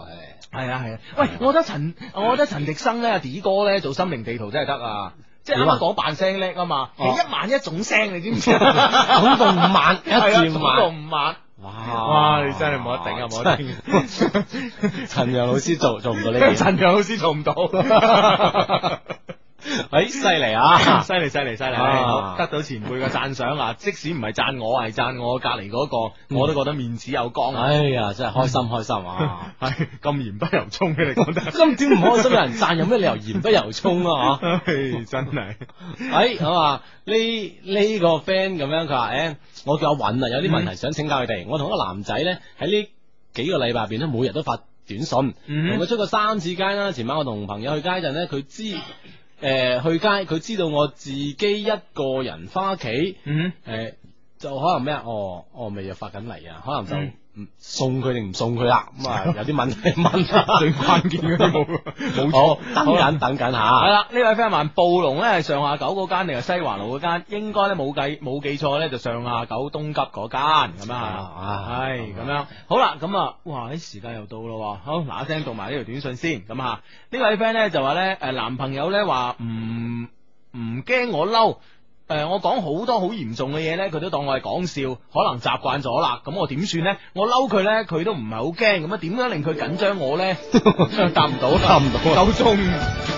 [SPEAKER 2] 唉
[SPEAKER 3] 係啊係啊，喂，我覺得陳，我覺得陳迪生咧，D 哥咧做心靈地圖真係得啊，即係啱啱講扮聲叻啊嘛，
[SPEAKER 2] 哦
[SPEAKER 3] 係一萬一種聲，你知唔知？啊
[SPEAKER 2] 總共五萬一至五
[SPEAKER 3] 係啊
[SPEAKER 2] 萬，
[SPEAKER 3] 總共五萬，
[SPEAKER 2] 哇
[SPEAKER 3] 哇！你 真係冇得頂啊，冇得頂！
[SPEAKER 2] 陳陽老師做做 唔到呢 件，
[SPEAKER 3] 陳陽老師做 唔到，
[SPEAKER 2] 哎，犀利 啊！
[SPEAKER 3] 犀利犀利犀利，
[SPEAKER 2] 啊
[SPEAKER 3] 得到前輩嘅讚賞啊！即使唔係讚我，係讚我隔離嗰個，我都覺得面子有光啊！
[SPEAKER 2] 哎呀，真係開心開心啊！
[SPEAKER 3] 係咁言不由衷嘅，你講得。
[SPEAKER 2] 今朝唔開心有人讚，有咩理由言不由衷啊？
[SPEAKER 3] 唉，真係
[SPEAKER 2] 吓， 哎，咁啊，呢呢個 friend 咁樣，佢話誒，我叫阿允啊，有啲問題想請教佢
[SPEAKER 3] 嗯
[SPEAKER 2] 哋。我同一個男仔咧喺呢幾個禮拜入邊咧，每日都發短信，同
[SPEAKER 3] 嗯
[SPEAKER 2] 佢出過三次街啦。前晚我同朋友去街陣咧，佢知
[SPEAKER 3] 嗯
[SPEAKER 2] 誒去街，佢知道我自己一個人翻屋企。
[SPEAKER 3] 嗯，
[SPEAKER 2] 诶、就可能咩啊？哦，哦，咪又發緊嚟啊！可能就
[SPEAKER 3] 嗯
[SPEAKER 2] 唔送佢定唔送佢啦。咁 啊，有啲問題問啦。
[SPEAKER 3] 最關鍵嗰啲冇冇
[SPEAKER 2] 好
[SPEAKER 3] 錯，
[SPEAKER 2] 等緊等緊
[SPEAKER 3] 係
[SPEAKER 2] 吓。
[SPEAKER 3] 啦，呢位 friend 問暴龍咧係上下九嗰間定係西華路嗰間？應該咧冇計冇記錯咧，就上下九東急嗰間咁樣啊。
[SPEAKER 2] 啊
[SPEAKER 3] 唉，咁樣好啦，咁啊，哇！啲時間又到咯喎，好嗱嗱聲讀埋呢條短信先咁啊。呢位 friend 咧就話咧，誒男朋友咧話唔唔驚我嬲。誒、我講好多好嚴重嘅嘢咧，佢都當我係講笑，可能習慣咗啦。咁我點算咧？我嬲佢咧，啊佢都唔係好驚。咁啊，點樣令佢緊張我咧？答唔到，答唔到，夠鐘。